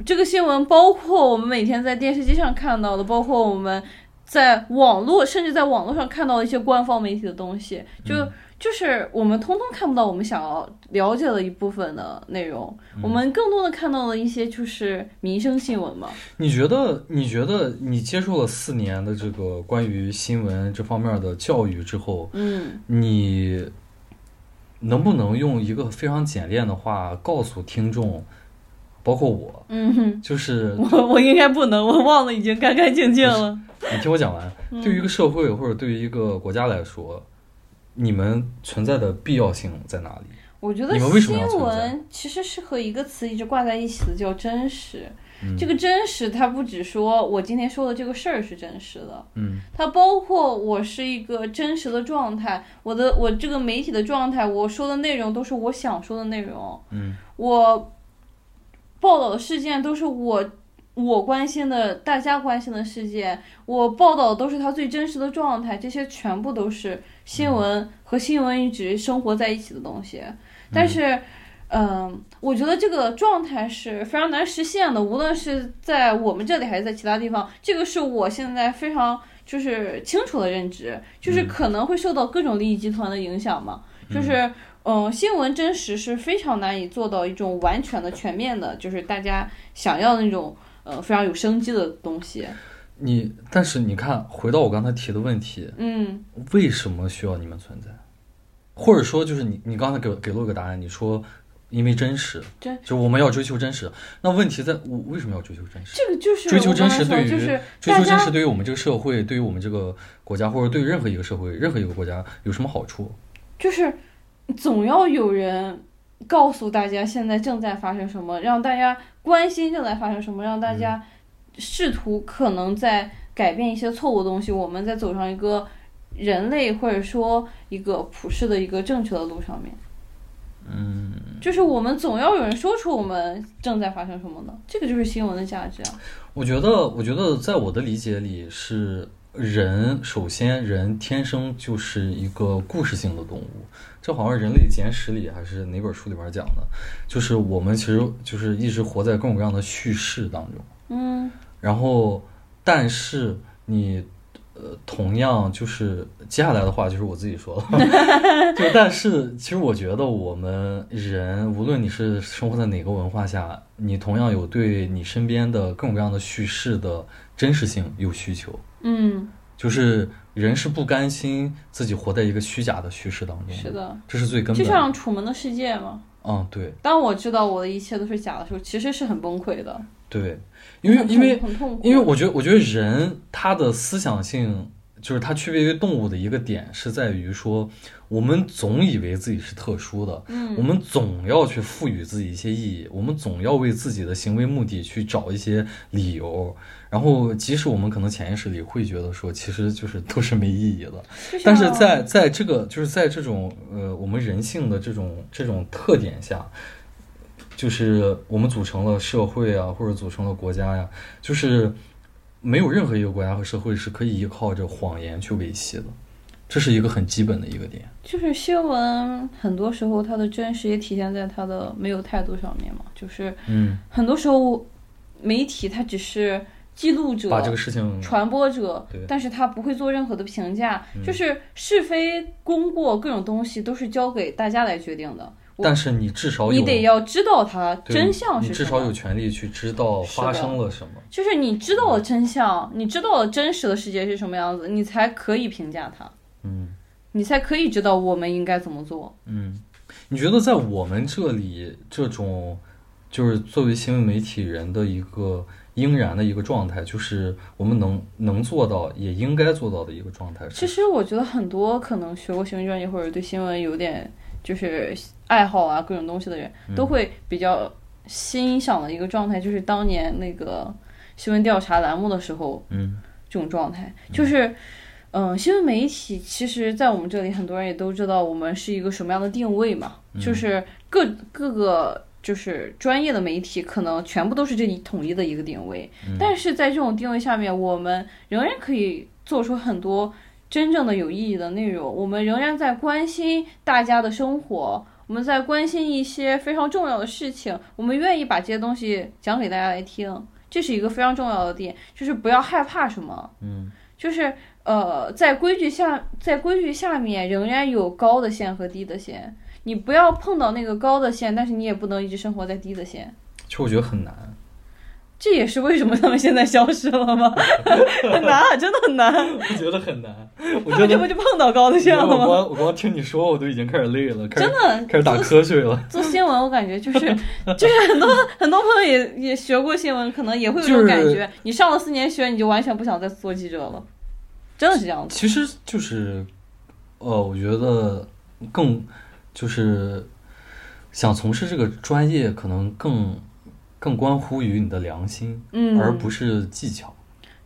Speaker 2: 这个新闻，包括我们每天在电视机上看到的，包括我们在网络，甚至在网络上看到的一些官方媒体的东西，就、就是我们通通看不到我们想要了解的一部分的内容，我们更多的看到了一些就是民生新闻嘛，
Speaker 1: 你觉得你觉得你接受了四年的这个关于新闻这方面的教育之后，
Speaker 2: 嗯，
Speaker 1: 你能不能用一个非常简练的话告诉听众，包括我，
Speaker 2: 嗯哼，
Speaker 1: 就是
Speaker 2: 我我应该不能，我忘了已经干干净净了，
Speaker 1: 你听我讲完，
Speaker 2: 嗯
Speaker 1: 对于一个社会或者对于一个国家来说，你们存在的必要性在哪里？
Speaker 2: 我觉得
Speaker 1: 你们为什么
Speaker 2: 新
Speaker 1: 要存在
Speaker 2: 闻其实是和一个词一直挂在一起的，叫真实。
Speaker 1: 嗯
Speaker 2: 这个真实，它不只说我今天说的这个事儿是真实的，
Speaker 1: 嗯，
Speaker 2: 它包括我是一个真实的状态，我的我这个媒体的状态，我说的内容都是我想说的内容，
Speaker 1: 嗯，
Speaker 2: 我报道的事件都是我我关心的，大家关心的事件，我报道的都是它最真实的状态，这些全部都是
Speaker 1: 嗯
Speaker 2: 新闻和新闻一直生活在一起的东西，但是。嗯，我觉得这个状态是非常难实现的，无论是在我们这里还是在其他地方，这个是我现在非常就是清楚的认知，
Speaker 1: 嗯
Speaker 2: 就是可能会受到各种利益集团的影响嘛，就是。嗯，新闻真实是非常难以做到一种完全的、全面的，就是大家想要的那种呃非常有生机的东西。
Speaker 1: 你但是你看，回到我刚才提的问题，
Speaker 2: 嗯
Speaker 1: 为什么需要你们存在？或者说，就是你你刚才给给了我一个答案，你说因为真实，
Speaker 2: 真
Speaker 1: 就我们要追求真实。那问题在我为什么要追求真实？
Speaker 2: 这个就是
Speaker 1: 追求
Speaker 2: 我
Speaker 1: 真
Speaker 2: 刚才
Speaker 1: 实
Speaker 2: 说
Speaker 1: 对
Speaker 2: 的，
Speaker 1: 于
Speaker 2: 就是
Speaker 1: 追
Speaker 2: 大
Speaker 1: 求真
Speaker 2: 家
Speaker 1: 实对于我们这个社会，对于我们这个国家，或者对于任何一个社会、任何一个国家有什么好处？
Speaker 2: 就是总要有人告诉大家现在正在发生什么，让大家关心正在发生什么，让大家试图可能在改变一些错误的东西，我们在走上一个人类或者说一个普世的一个正确的路上面。嗯，就是我们总要有人说出我们正在发生什么的，这个就是新闻的价值啊。
Speaker 1: 我觉得，我觉得在我的理解里是人，首先人天生就是一个故事性的动物，这好像《人类简史》里还是哪本书里边讲的，就是我们其实就是一直活在各种各样的叙事当中。
Speaker 2: 嗯
Speaker 1: 然后，但是你，呃，同样就是接下来的话就是我自己说了， 就但是其实我觉得我们人，无论你是生活在哪个文化下，你同样有对你身边的各种各样的叙事的真实性有需求，
Speaker 2: 嗯，
Speaker 1: 就是人是不甘心自己活在一个虚假的叙事当中，
Speaker 2: 是，的，
Speaker 1: 这是最根
Speaker 2: 就
Speaker 1: 本的。
Speaker 2: 像《楚门的世界》嘛。
Speaker 1: 嗯，对
Speaker 2: 当我知道我的一切都是假的时候，其实是很崩溃的，
Speaker 1: 对，因为
Speaker 2: 很
Speaker 1: 因为
Speaker 2: 痛很痛苦，
Speaker 1: 因为我觉得，我觉得人他的思想性，就是他区别于动物的一个点，是在于说，我们总以为自己是特殊的，
Speaker 2: 嗯
Speaker 1: 我们总要去赋予自己一些意义，我们总要为自己的行为目的去找一些理由，然后即使我们可能潜意识里会觉得说，其实就是都是没意义的，
Speaker 2: 就像
Speaker 1: 但是在在这个就是在这种呃我们人性的这种这种特点下，就是我们组成了社会啊，或者组成了国家呀、就是没有任何一个国家和社会是可以依靠着谎言去维系的，这是一个很基本的一个点。
Speaker 2: 就是新闻，很多时候它的真实也体现在它的没有态度上面嘛，就是
Speaker 1: 嗯，
Speaker 2: 很多时候媒体它只是记录者、
Speaker 1: 把这个事情
Speaker 2: 传播者
Speaker 1: 对，嗯
Speaker 2: 但是他不会做任何的评价，就是是非功过各种东西都是交给大家来决定的。我
Speaker 1: 但是你至少有
Speaker 2: 你得要知道它
Speaker 1: 对
Speaker 2: 真相
Speaker 1: 你
Speaker 2: 是
Speaker 1: 至
Speaker 2: 什
Speaker 1: 少有
Speaker 2: 么，
Speaker 1: 权利去知道
Speaker 2: 是的
Speaker 1: 发生了什么。
Speaker 2: 就是你知道了真相，你知道了真实的世界是什么样子，你才可以评价它，
Speaker 1: 嗯
Speaker 2: 你才可以知道我们应该怎么做。
Speaker 1: 嗯，你觉得在我们这里这种，就是作为新闻媒体人的一个应然的一个状态，就是我们能能做到，也应该做到的一个状态
Speaker 2: 其
Speaker 1: 是。
Speaker 2: 实我觉得很多可能学过新闻专业或者对新闻有点就是爱好啊各种东西的人，都会比较欣赏的一个状态，就是当年那个新闻调查栏目的时候
Speaker 1: 嗯
Speaker 2: 这种状态，就是。嗯，新闻媒体其实，在我们这里，很多人也都知道我们是一个什么样的定位嘛，就是各各个就是专业的媒体，可能全部都是这一统一的一个定位。但是在这种定位下面，我们仍然可以做出很多真正的有意义的内容，我们仍然在关心大家的生活。我们在关心一些非常重要的事情，我们愿意把这些东西讲给大家来听，这是一个非常重要的点，就是不要害怕什么，
Speaker 1: 嗯，
Speaker 2: 就是呃，在规矩下，在规矩下面仍然有高的线和低的线，你不要碰到那个高的线，但是你也不能一直生活在低的线，
Speaker 1: 其实我觉得很 难。
Speaker 2: 这也是为什么他们现在消失了 吗？很难啊，真的很难，
Speaker 1: 我觉得很难，我
Speaker 2: 他们这 不就碰到高的线了
Speaker 1: 我
Speaker 2: 吗？
Speaker 1: 光我光听你说，我都已经开始累了，开
Speaker 2: 真
Speaker 1: 始
Speaker 2: 的
Speaker 1: 开始打瞌睡了。
Speaker 2: 做新闻，我感 觉就是就是很多很多朋友也也学过新闻，可能也会有这
Speaker 1: 就是
Speaker 2: 种感觉。你上了四年学，你就完全不想再做记者了，真的是这样子。
Speaker 1: 其实就是，呃，我觉得更就是想从事这个专业，可能更更关乎于你的良心，
Speaker 2: 嗯
Speaker 1: 而不是技巧。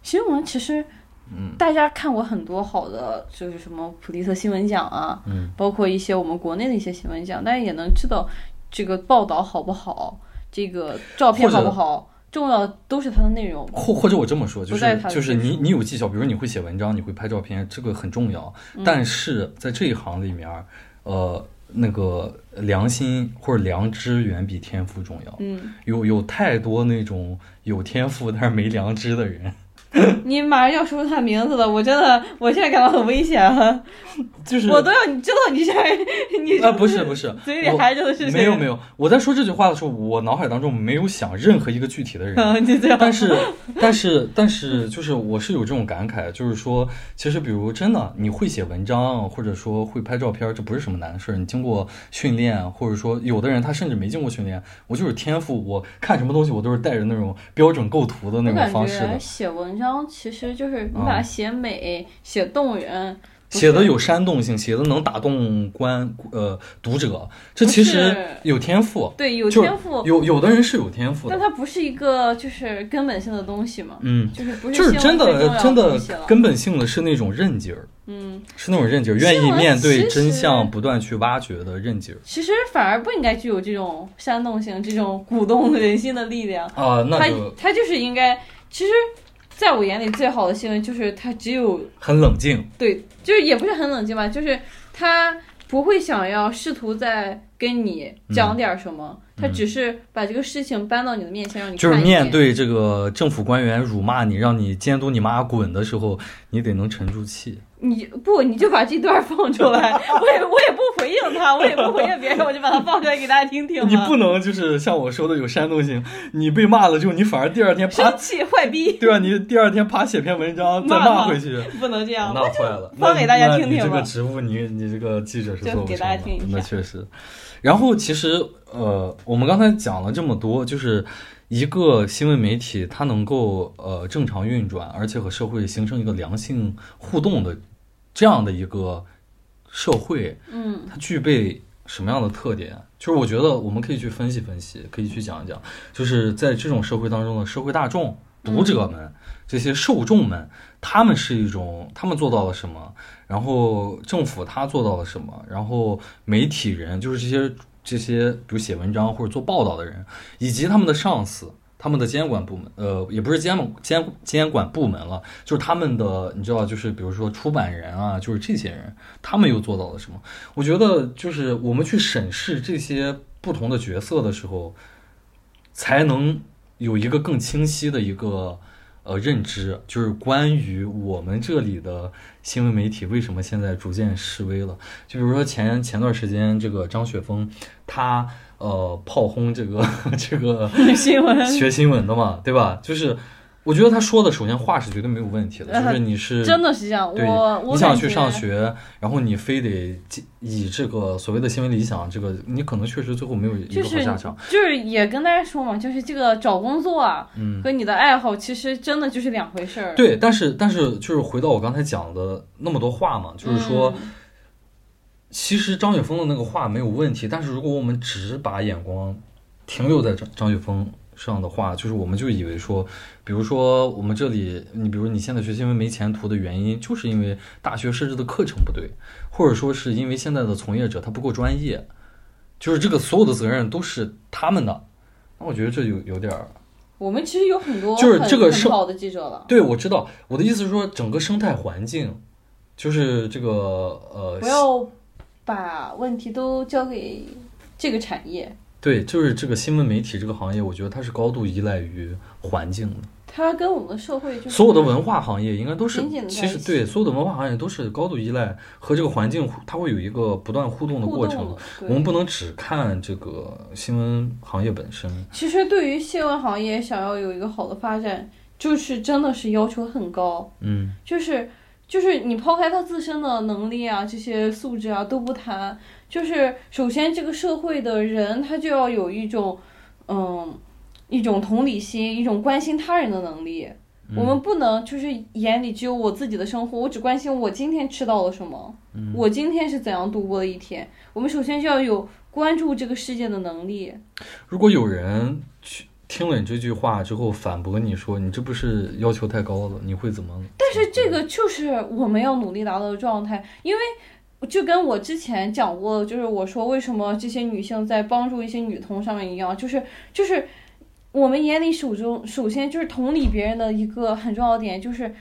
Speaker 2: 新闻其实，
Speaker 1: 嗯
Speaker 2: 大家看过很多好的，就是什么普利特新闻奖啊，
Speaker 1: 嗯
Speaker 2: 包括一些我们国内的一些新闻奖，但是也能知道这个报道好不好，这个照片好不好，重要的都是它的内容。
Speaker 1: 或或者我这么说，就
Speaker 2: 不在
Speaker 1: 是
Speaker 2: 他的
Speaker 1: 就是
Speaker 2: 技术
Speaker 1: 你你有技巧，比如你会写文章，你会拍照片，这个很重要。
Speaker 2: 嗯
Speaker 1: 但是在这一行里面，呃，那个良心或者良知远比天赋重要。
Speaker 2: 嗯，
Speaker 1: 有有太多那种有天赋但是没良知的人，
Speaker 2: 你马上要说出他名字了，我真的，我现在感到很危险啊！
Speaker 1: 就是
Speaker 2: 我都要你知道你现在你
Speaker 1: 啊、不是不是，
Speaker 2: 嘴里
Speaker 1: 我
Speaker 2: 含着的是谁？
Speaker 1: 没有没有，我在说这句话的时候，我脑海当中没有想任何一个具体 的人，
Speaker 2: 有，你这样。
Speaker 1: 但是，但是，但是，就是我是有这种感慨，就是说，其实比如真的，你会写文章，或者说会拍照片，这不是什么难的事儿。你经过训练，或者说有的人他甚至没经过训练，我就是天赋，我看什么东西我都是带着那种标准构图的那
Speaker 2: 我
Speaker 1: 种
Speaker 2: 感
Speaker 1: 方式
Speaker 2: 觉
Speaker 1: 的，哦
Speaker 2: 写文章其实就是你把它写美、写动人，不
Speaker 1: 写的
Speaker 2: 是
Speaker 1: 有煽动性，写的能打动观呃读者，这
Speaker 2: 不
Speaker 1: 其
Speaker 2: 是
Speaker 1: 实有天赋，
Speaker 2: 对有
Speaker 1: 就
Speaker 2: 天赋，
Speaker 1: 有有的人是有天赋
Speaker 2: 但
Speaker 1: 的，
Speaker 2: 它不是一个就是根本性的东西嘛，
Speaker 1: 嗯。
Speaker 2: 就是不
Speaker 1: 就是
Speaker 2: 新闻
Speaker 1: 真
Speaker 2: 最重要
Speaker 1: 的，真
Speaker 2: 的
Speaker 1: 的
Speaker 2: 东西了
Speaker 1: 根本性的是那种韧劲儿，
Speaker 2: 嗯，
Speaker 1: 是那种韧劲儿，
Speaker 2: 新
Speaker 1: 愿
Speaker 2: 闻
Speaker 1: 意面对
Speaker 2: 其
Speaker 1: 真相
Speaker 2: 实
Speaker 1: 不断去挖掘的韧劲儿
Speaker 2: 其实反而不应该具有这种煽动性、这种鼓动人心的力量，
Speaker 1: 啊、那
Speaker 2: 它
Speaker 1: 就
Speaker 2: 它就是应该，其实在我眼里最好的新闻就是它只有
Speaker 1: 很冷静。
Speaker 2: 对，就是也不是很冷静吧，就是他不会想要试图在跟你
Speaker 1: 嗯
Speaker 2: 讲点什么，他只是把这个事情搬到你的面前，让你看
Speaker 1: 就是
Speaker 2: 一眼
Speaker 1: 面对这个政府官员辱骂你，让你监督你妈滚的时候，你得能沉住气。
Speaker 2: 你不，你就把这段放出 来，我也我也不回应他，我也不回应别人，我就把它放出来给大家听听啊嘛。
Speaker 1: 你不能就是像我说的有煽动性，你被骂了之后，你反而第二天
Speaker 2: 生
Speaker 1: 啪，
Speaker 2: 气坏逼，
Speaker 1: 对吧？啊你第二天啪写篇文章再
Speaker 2: 骂
Speaker 1: 骂
Speaker 2: 他
Speaker 1: 回去，
Speaker 2: 不能这样。
Speaker 1: 那坏了，
Speaker 2: 放
Speaker 1: 那
Speaker 2: 给大家
Speaker 1: 那
Speaker 2: 听
Speaker 1: 你
Speaker 2: 听
Speaker 1: 这个
Speaker 2: 吧
Speaker 1: 职务你，你这个记者是
Speaker 2: 就
Speaker 1: 做不
Speaker 2: 给
Speaker 1: 成
Speaker 2: 大家听
Speaker 1: 的
Speaker 2: 一，
Speaker 1: 那
Speaker 2: 下
Speaker 1: 确实。然后其实呃，我们刚才讲了这么多，就是一个新闻媒体它能够呃正常运转，而且和社会形成一个良性互动的这样的一个社会，
Speaker 2: 嗯，
Speaker 1: 它具备什么样的特点？就是我觉得我们可以去分析分析，可以去讲一讲，就是在这种社会当中的社会大众、读
Speaker 2: 嗯
Speaker 1: 者们、这些受众们，他们是一种，他们做到了什么？然后政府他做到了什么？然后媒体人，就是这些这些，比如写文章或者做报道的人，以及他们的上司。他们的监管部门，呃，也不是监管监监管部门了，就是他们的，你知道，就是比如说出版人啊，就是这些人，他们又做到了什么？我觉得就是我们去审视这些不同的角色的时候，才能有一个更清晰的一个呃认知，就是关于我们这里的新闻媒体为什么现在逐渐式微了。就比如说前前段时间这个张雪峰，他呃炮轰这个 这 个
Speaker 2: 新闻
Speaker 1: 学新闻的嘛，对吧？就是我觉得他说的首先话是绝对没有问题的，就是你是
Speaker 2: 呃真的是这样，
Speaker 1: 对，
Speaker 2: 我我
Speaker 1: 你想
Speaker 2: 感
Speaker 1: 去
Speaker 2: 觉
Speaker 1: 上学，然后你非得以这个所谓的新闻理想，这个你可能确实最后没有一
Speaker 2: 就
Speaker 1: 个好
Speaker 2: 是
Speaker 1: 下场。
Speaker 2: 就是也跟大家说嘛，就是这个找工作啊，
Speaker 1: 嗯
Speaker 2: 和你的爱好其实真的就是两回事儿。
Speaker 1: 对，但是但是就是回到我刚才讲的那么多话嘛，
Speaker 2: 嗯
Speaker 1: 就是说，其实张雪峰的那个话没有问题，但是如果我们只把眼光停留在张张雪峰上的话，就是我们就以为说，比如说我们这里，你比如你现在学新闻没前途的原因，就是因为大学设置的课程不对，或者说是因为现在的从业者他不够专业，就是这个所有的责任都是他们的。那我觉得这有有点儿，
Speaker 2: 我们其实有很多
Speaker 1: 就是
Speaker 2: 很
Speaker 1: 这个是
Speaker 2: 很好的记者了，
Speaker 1: 对我知道，我的呃意思是说整个生态环境，就是这个呃
Speaker 2: 不要把问题都交给这个产业，
Speaker 1: 对，就是这个新闻媒体这个行业，我觉得它是高度依赖于环境的。
Speaker 2: 它跟我们的社会就是
Speaker 1: 所有的文化行业应该都是
Speaker 2: 紧紧，地在
Speaker 1: 其
Speaker 2: 一
Speaker 1: 实
Speaker 2: 起
Speaker 1: 对所有的文化行业都是高度依赖和这个环境互，它会有一个不断互动的
Speaker 2: 互
Speaker 1: 过
Speaker 2: 动
Speaker 1: 程
Speaker 2: 的。
Speaker 1: 我
Speaker 2: 对
Speaker 1: 们不能只看这个新闻行业本身。
Speaker 2: 其实对于新闻行业想要有一个好的发展，就是真的是要求很高，
Speaker 1: 嗯
Speaker 2: 就是就是你抛开他自身的能力啊，这些素质啊都不谈，就是首先这个社会的人他就要有一种嗯一种同理心，一种关心他人的能力。我们不能就是眼里只有我自己的生活，我只关心我今天吃到了什么，我今天是怎样度过的一天。我们首先就要有关注这个世界的能力。
Speaker 1: 如果有人去听了你这句话之后反驳你说你这不是要求太高了，你会怎么？
Speaker 2: 但是这个就是我们要努力达到的状态，因为。就跟我之前讲过，就是我说为什么这些女性在帮助一些女同上面一样，就是就是我们眼里手中首先就是同理别人的一个很重要的点，就是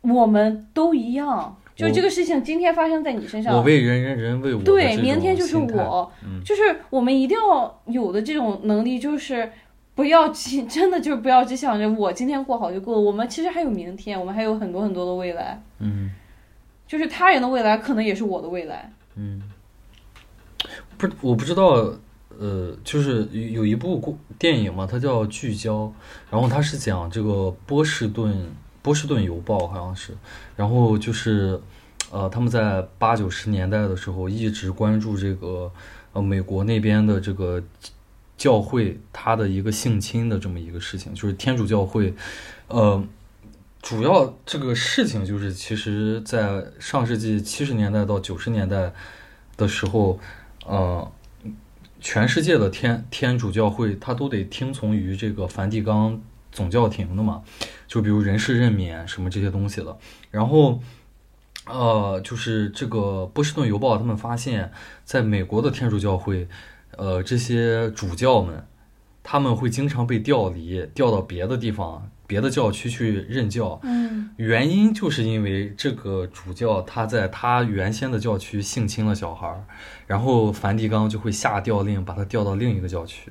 Speaker 2: 我们都一样，就是这个事情今天发生在你身上，
Speaker 1: 我为人，人人为我。
Speaker 2: 对，明天就是
Speaker 1: 我，
Speaker 2: 嗯、就是我们一定要有的这种能力，就是不要只真的就是不要只想着我今天过好就够了，我们其实还有明天，我们还有很多很多的未来。
Speaker 1: 嗯。
Speaker 2: 就是他人的未来，可能也是我的未来。
Speaker 1: 嗯，不，我不知道，呃，就是有有一部电影嘛，它叫《聚焦》，然后它是讲这个波士顿波士顿邮报好像是，然后就是呃，他们在八九十年代的时候一直关注这个呃美国那边的这个教会它的一个性侵的这么一个事情，就是天主教会，呃。主要这个事情就是，其实，在上世纪七十年代到九十年代的时候，呃，全世界的天天主教会，它都得听从于这个梵蒂冈总教廷的嘛，就比如人事任免什么这些东西了。然后，呃，就是这个波士顿邮报他们发现，在美国的天主教会，呃，这些主教们，他们会经常被调离，调到别的地方。别的教区去任教，
Speaker 2: 嗯，
Speaker 1: 原因就是因为这个主教他在他原先的教区性侵了小孩儿，然后梵蒂冈就会下调令把他调到另一个教区，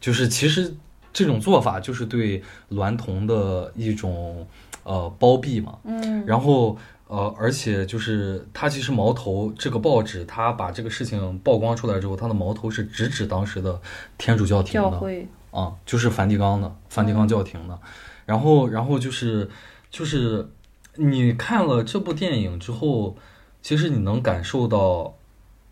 Speaker 1: 就是其实这种做法就是对娈童的一种呃包庇嘛，
Speaker 2: 嗯，
Speaker 1: 然后呃而且就是他其实矛头这个报纸他把这个事情曝光出来之后，他的矛头是直指当时的天主教廷
Speaker 2: 教
Speaker 1: 的
Speaker 2: 会，
Speaker 1: 啊、就是梵蒂冈的梵蒂冈教廷的。然后，然后就是，就是你看了这部电影之后，其实你能感受到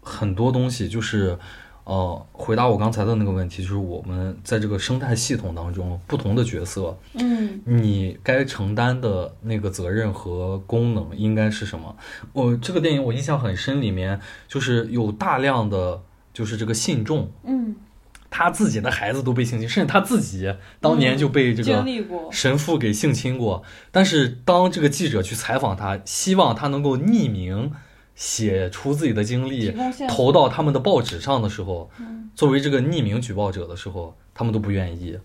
Speaker 1: 很多东西。就是，呃，回答我刚才的那个问题，就是我们在这个生态系统当中，不同的角色，
Speaker 2: 嗯，
Speaker 1: 你该承担的那个责任和功能应该是什么？我这个电影我印象很深，里面就是有大量的就是这个信众，
Speaker 2: 嗯，
Speaker 1: 他自己的孩子都被性侵，甚至他自己当年就被这个。
Speaker 2: 嗯经历过，
Speaker 1: 神父给性侵过，但是当这个记者去采访他，希望他能够匿名写出自己的经
Speaker 2: 提
Speaker 1: 历，
Speaker 2: 供线索，
Speaker 1: 投到他们的报纸上的时候，
Speaker 2: 嗯
Speaker 1: 作为这个匿名举报者的时候，他们都不愿意，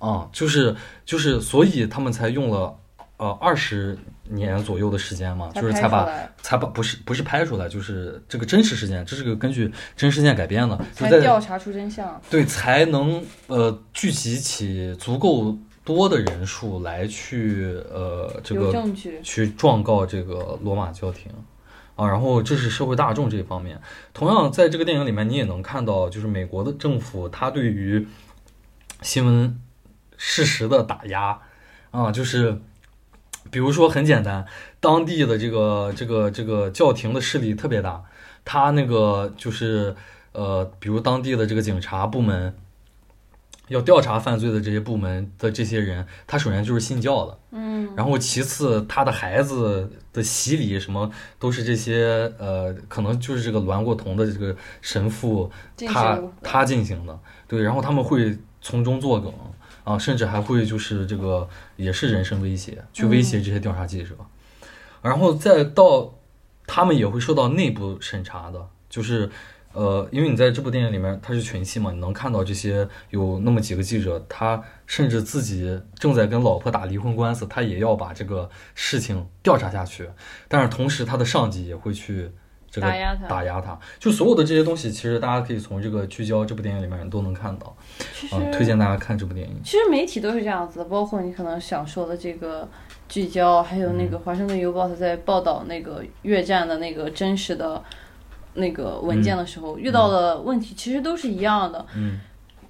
Speaker 1: 啊、就是就是，所以他们才用了呃二十年左右的时间嘛，就是才
Speaker 2: 拍出
Speaker 1: 把
Speaker 2: 来
Speaker 1: 才把不是不是拍出来，就是这个真实事件，这是个根据真实事件改编的，就
Speaker 2: 才
Speaker 1: 在
Speaker 2: 调查出真相，
Speaker 1: 对，才能呃聚集起足够多的人数来去呃这
Speaker 2: 有
Speaker 1: 个
Speaker 2: 证据，
Speaker 1: 去状告这个罗马教廷啊，然后这是社会大众这一方面。同样，在这个电影里面，你也能看到，就是美国的政府它对于新闻事实的打压啊，就是。比如说很简单，当地的这个这个这个教廷的势力特别大，他那个就是呃，比如当地的这个警察部门要调查犯罪的这些部门的这些人，他首先就是信教的，
Speaker 2: 嗯，
Speaker 1: 然后其次他的孩子的洗礼什么都是这些呃，可能就是这个栾过童的这个神父
Speaker 2: 进
Speaker 1: 他
Speaker 2: 行
Speaker 1: 他进行的，对，然后他们会从中作梗啊，甚至还会就是这个也是人身威胁，去威
Speaker 2: 嗯
Speaker 1: 胁这些调查记者，然后再到他们也会受到内部审查的，就是呃，因为你在这部电影里面它是群戏嘛，你能看到这些有那么几个记者，他甚至自己正在跟老婆打离婚官司，他也要把这个事情调查下去，但是同时他的上级也会去。这个
Speaker 2: 打压他。
Speaker 1: 打压他。就所有的这些东西，其实大家可以从这个《聚焦》这部电影里面都能看到
Speaker 2: 其
Speaker 1: 啊、
Speaker 2: 实
Speaker 1: 推荐大家看这部电影。
Speaker 2: 其实媒体都是这样子的，包括你可能想说的这个聚焦，还有那
Speaker 1: 嗯
Speaker 2: 个《华盛顿邮报》，它在报道那个越战的那个真实的那个文件的时候，遇到的问题其实都是一样的。
Speaker 1: 嗯，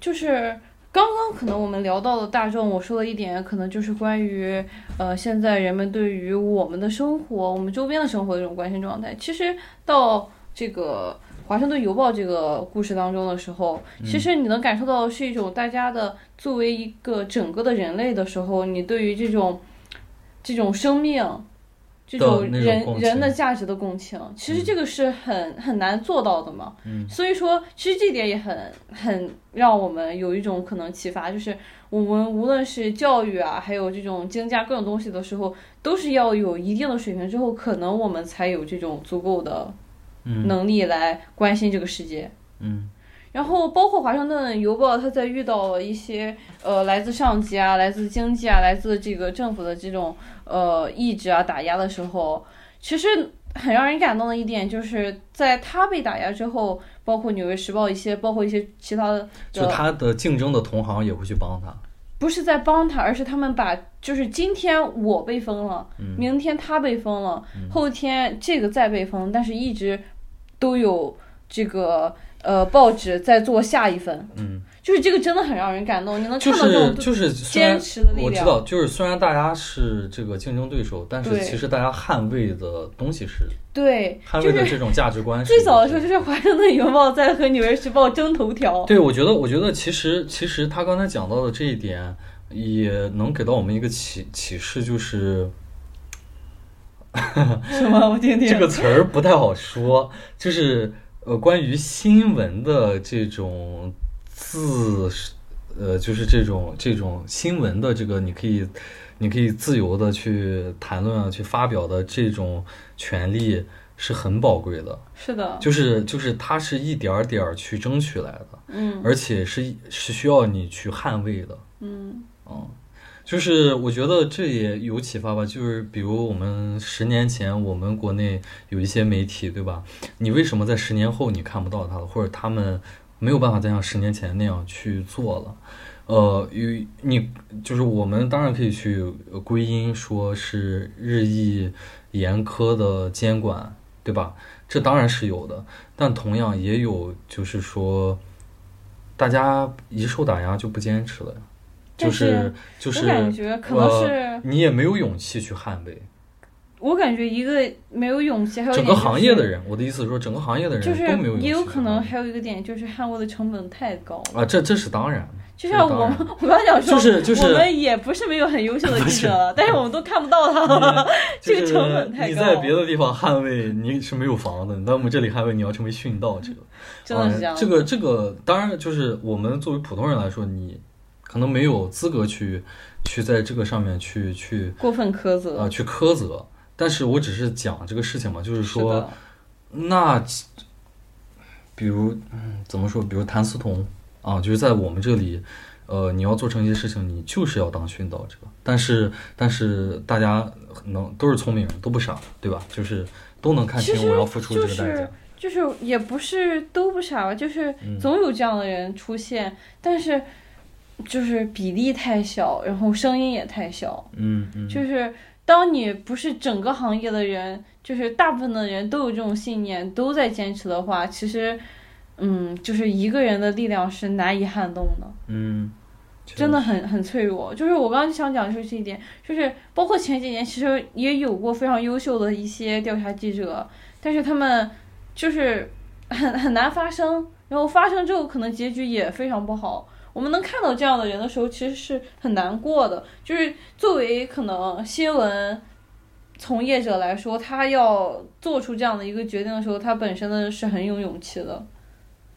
Speaker 2: 就是刚刚可能我们聊到的大众，我说的一点可能就是关于呃现在人们对于我们的生活、我们周边的生活的这种关心状态。其实到这个《华盛顿邮报》这个故事当中的时候，
Speaker 1: 嗯
Speaker 2: 其实你能感受到的是一种大家的作为一个整个的人类的时候，你对于这种这种生命。这种
Speaker 1: 的那种
Speaker 2: 人
Speaker 1: 共情
Speaker 2: 人的价值的共情，其实这个是很、很难做到的嘛。
Speaker 1: 嗯
Speaker 2: 所以说，其实这点也很很让我们有一种可能启发，就是我们无论是教育啊，还有这种增加各种东西的时候，都是要有一定的水平之后，可能我们才有这种足够的
Speaker 1: 嗯
Speaker 2: 能力来关心这个世界。
Speaker 1: 嗯
Speaker 2: 然后包括华盛顿邮报，它在遇到了一些呃来自上级啊、来自经济啊、来自这个政府的这种呃意志啊打压的时候，其实很让人感动的一点就是在他被打压之后，包括《纽约时报》一些，包括一些其他的，
Speaker 1: 就他的竞争的同行也会去帮他。
Speaker 2: 不是在帮他，而是他们把就是今天我被封了，
Speaker 1: 嗯
Speaker 2: 明天他被封了，后天这个再被封，但是一直都有这个呃报纸在做下一份。
Speaker 1: 嗯，
Speaker 2: 就是这个真的很让人感动，你能
Speaker 1: 就
Speaker 2: 看到这
Speaker 1: 是
Speaker 2: 种
Speaker 1: 就是，虽
Speaker 2: 坚
Speaker 1: 然
Speaker 2: 持的力
Speaker 1: 我知
Speaker 2: 量。
Speaker 1: 道，就是虽然大家是这个竞争对手，但是
Speaker 2: 对
Speaker 1: 其实大家捍卫的东西是
Speaker 2: 对，
Speaker 1: 捍
Speaker 2: 就
Speaker 1: 卫的
Speaker 2: 是
Speaker 1: 这种价值观是一致。
Speaker 2: 最早的时候就是《华盛顿邮报》在和《纽约时报》争头条。
Speaker 1: 对，我觉得，我觉得其实其实他刚才讲到的这一点，也能给到我们一个启启示，就是
Speaker 2: 什么？我听听。
Speaker 1: 这个词儿不太好说，就是呃，关于新闻的这种自，呃，就是这种这种新闻的这个，你可以你可以自由的去谈论啊，去发表的这种权利是很宝贵的，
Speaker 2: 是的，
Speaker 1: 就是就是它是一点儿点儿去争取来的，
Speaker 2: 嗯
Speaker 1: 而且是是需要你去捍卫的。
Speaker 2: 嗯，
Speaker 1: 嗯，就是我觉得这也有启发吧，就是比如我们十年前，我们国内有一些媒体，对吧？你为什么在十年后你看不到它了，或者他们没有办法再像十年前那样去做了？呃，与你就是我们当然可以去呃归因，说是日益严苛的监管，对吧？这当然是有的，但同样也有就是说，大家一受打压就不坚持了呀，就
Speaker 2: 但是
Speaker 1: 就
Speaker 2: 我感
Speaker 1: 是
Speaker 2: 觉可能
Speaker 1: 呃
Speaker 2: 是、
Speaker 1: 你也没有勇气去捍卫
Speaker 2: 我感觉一个没有勇气，还有一
Speaker 1: 整
Speaker 2: 点
Speaker 1: 个
Speaker 2: 就是
Speaker 1: 行业的人。我的意思是说，整个行业的人
Speaker 2: 就是
Speaker 1: 都没有勇气啊
Speaker 2: 也有可能
Speaker 1: 去
Speaker 2: 还有一个点就是汉国的成本太高
Speaker 1: 捍卫啊，这这是当然，
Speaker 2: 就像我们
Speaker 1: 这
Speaker 2: 我刚想说，
Speaker 1: 就是就是
Speaker 2: 我们也不是没有很优秀的记者了，但是我们都看不到他了。 这个成本太高
Speaker 1: 你在别的地方捍卫你是没有房的，但我们这里捍卫你要成为殉道者，
Speaker 2: 真的是这样
Speaker 1: 啊这个这个当然就是我们作为普通人来说，你可能没有资格去去在这个上面去去
Speaker 2: 过分苛责。
Speaker 1: 啊、去苛责。但是我只是讲这个事情嘛，就是
Speaker 2: 是
Speaker 1: 说，
Speaker 2: 的，
Speaker 1: 那其比如嗯怎么说，比如谭嗣同啊，就是在我们这里，呃，你要做成一些事情，你就是要当殉道者。但是但是大家能都是聪明人，都不傻，对吧？就是都能看清
Speaker 2: 其实
Speaker 1: 我要付出这个
Speaker 2: 就
Speaker 1: 代价
Speaker 2: 是。就是也不是都不傻吧，就是
Speaker 1: 嗯
Speaker 2: 总有这样的人出现，但是就是比例太小，然后声音也太小，
Speaker 1: 嗯嗯，
Speaker 2: 就是当你不是整个行业的人，就是大部分的人都有这种信念，都在坚持的话，其实。嗯，就是一个人的力量是难以撼动的，
Speaker 1: 嗯，
Speaker 2: 真的很很脆弱。就是我刚刚想讲就是这一点，就是包括前几年其实也有过非常优秀的一些调查记者，但是他们就是很很难发声，然后发生之后可能结局也非常不好。我们能看到这样的人的时候，其实是很难过的。就是作为可能新闻从业者来说，他要做出这样的一个决定的时候，他本身的是很有勇气的，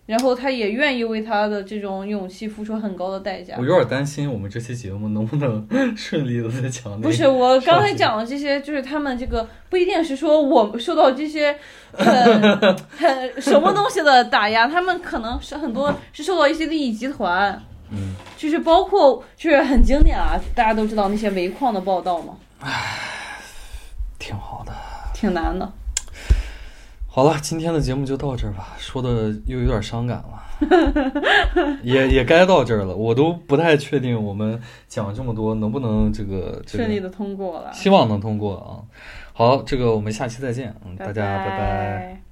Speaker 2: 然后他也愿意为他的这种勇气付出很高的代价。
Speaker 1: 我有点担心我们这期节目能 不能顺利的在讲那
Speaker 2: 不
Speaker 1: 个
Speaker 2: 是，我刚
Speaker 1: 上
Speaker 2: 才
Speaker 1: 去
Speaker 2: 讲的这些，就是他们这个不一定是说我受到这些很很什么东西的打压，他们可能是很多是受到一些利益集团，
Speaker 1: 嗯，
Speaker 2: 就是包括就是很经典啊，大家都知道那些煤矿的报道嘛，
Speaker 1: 挺好的。
Speaker 2: 挺难的。
Speaker 1: 好了，今天的节目就到这儿吧，说的又有点伤感了， 也也该到这儿了。我都不太确定我们讲这么多能不能这个这
Speaker 2: 顺利
Speaker 1: 个，
Speaker 2: 的通过了，
Speaker 1: 嗯希望能通过啊。好，这个我们下期再见，嗯，大家拜
Speaker 2: 拜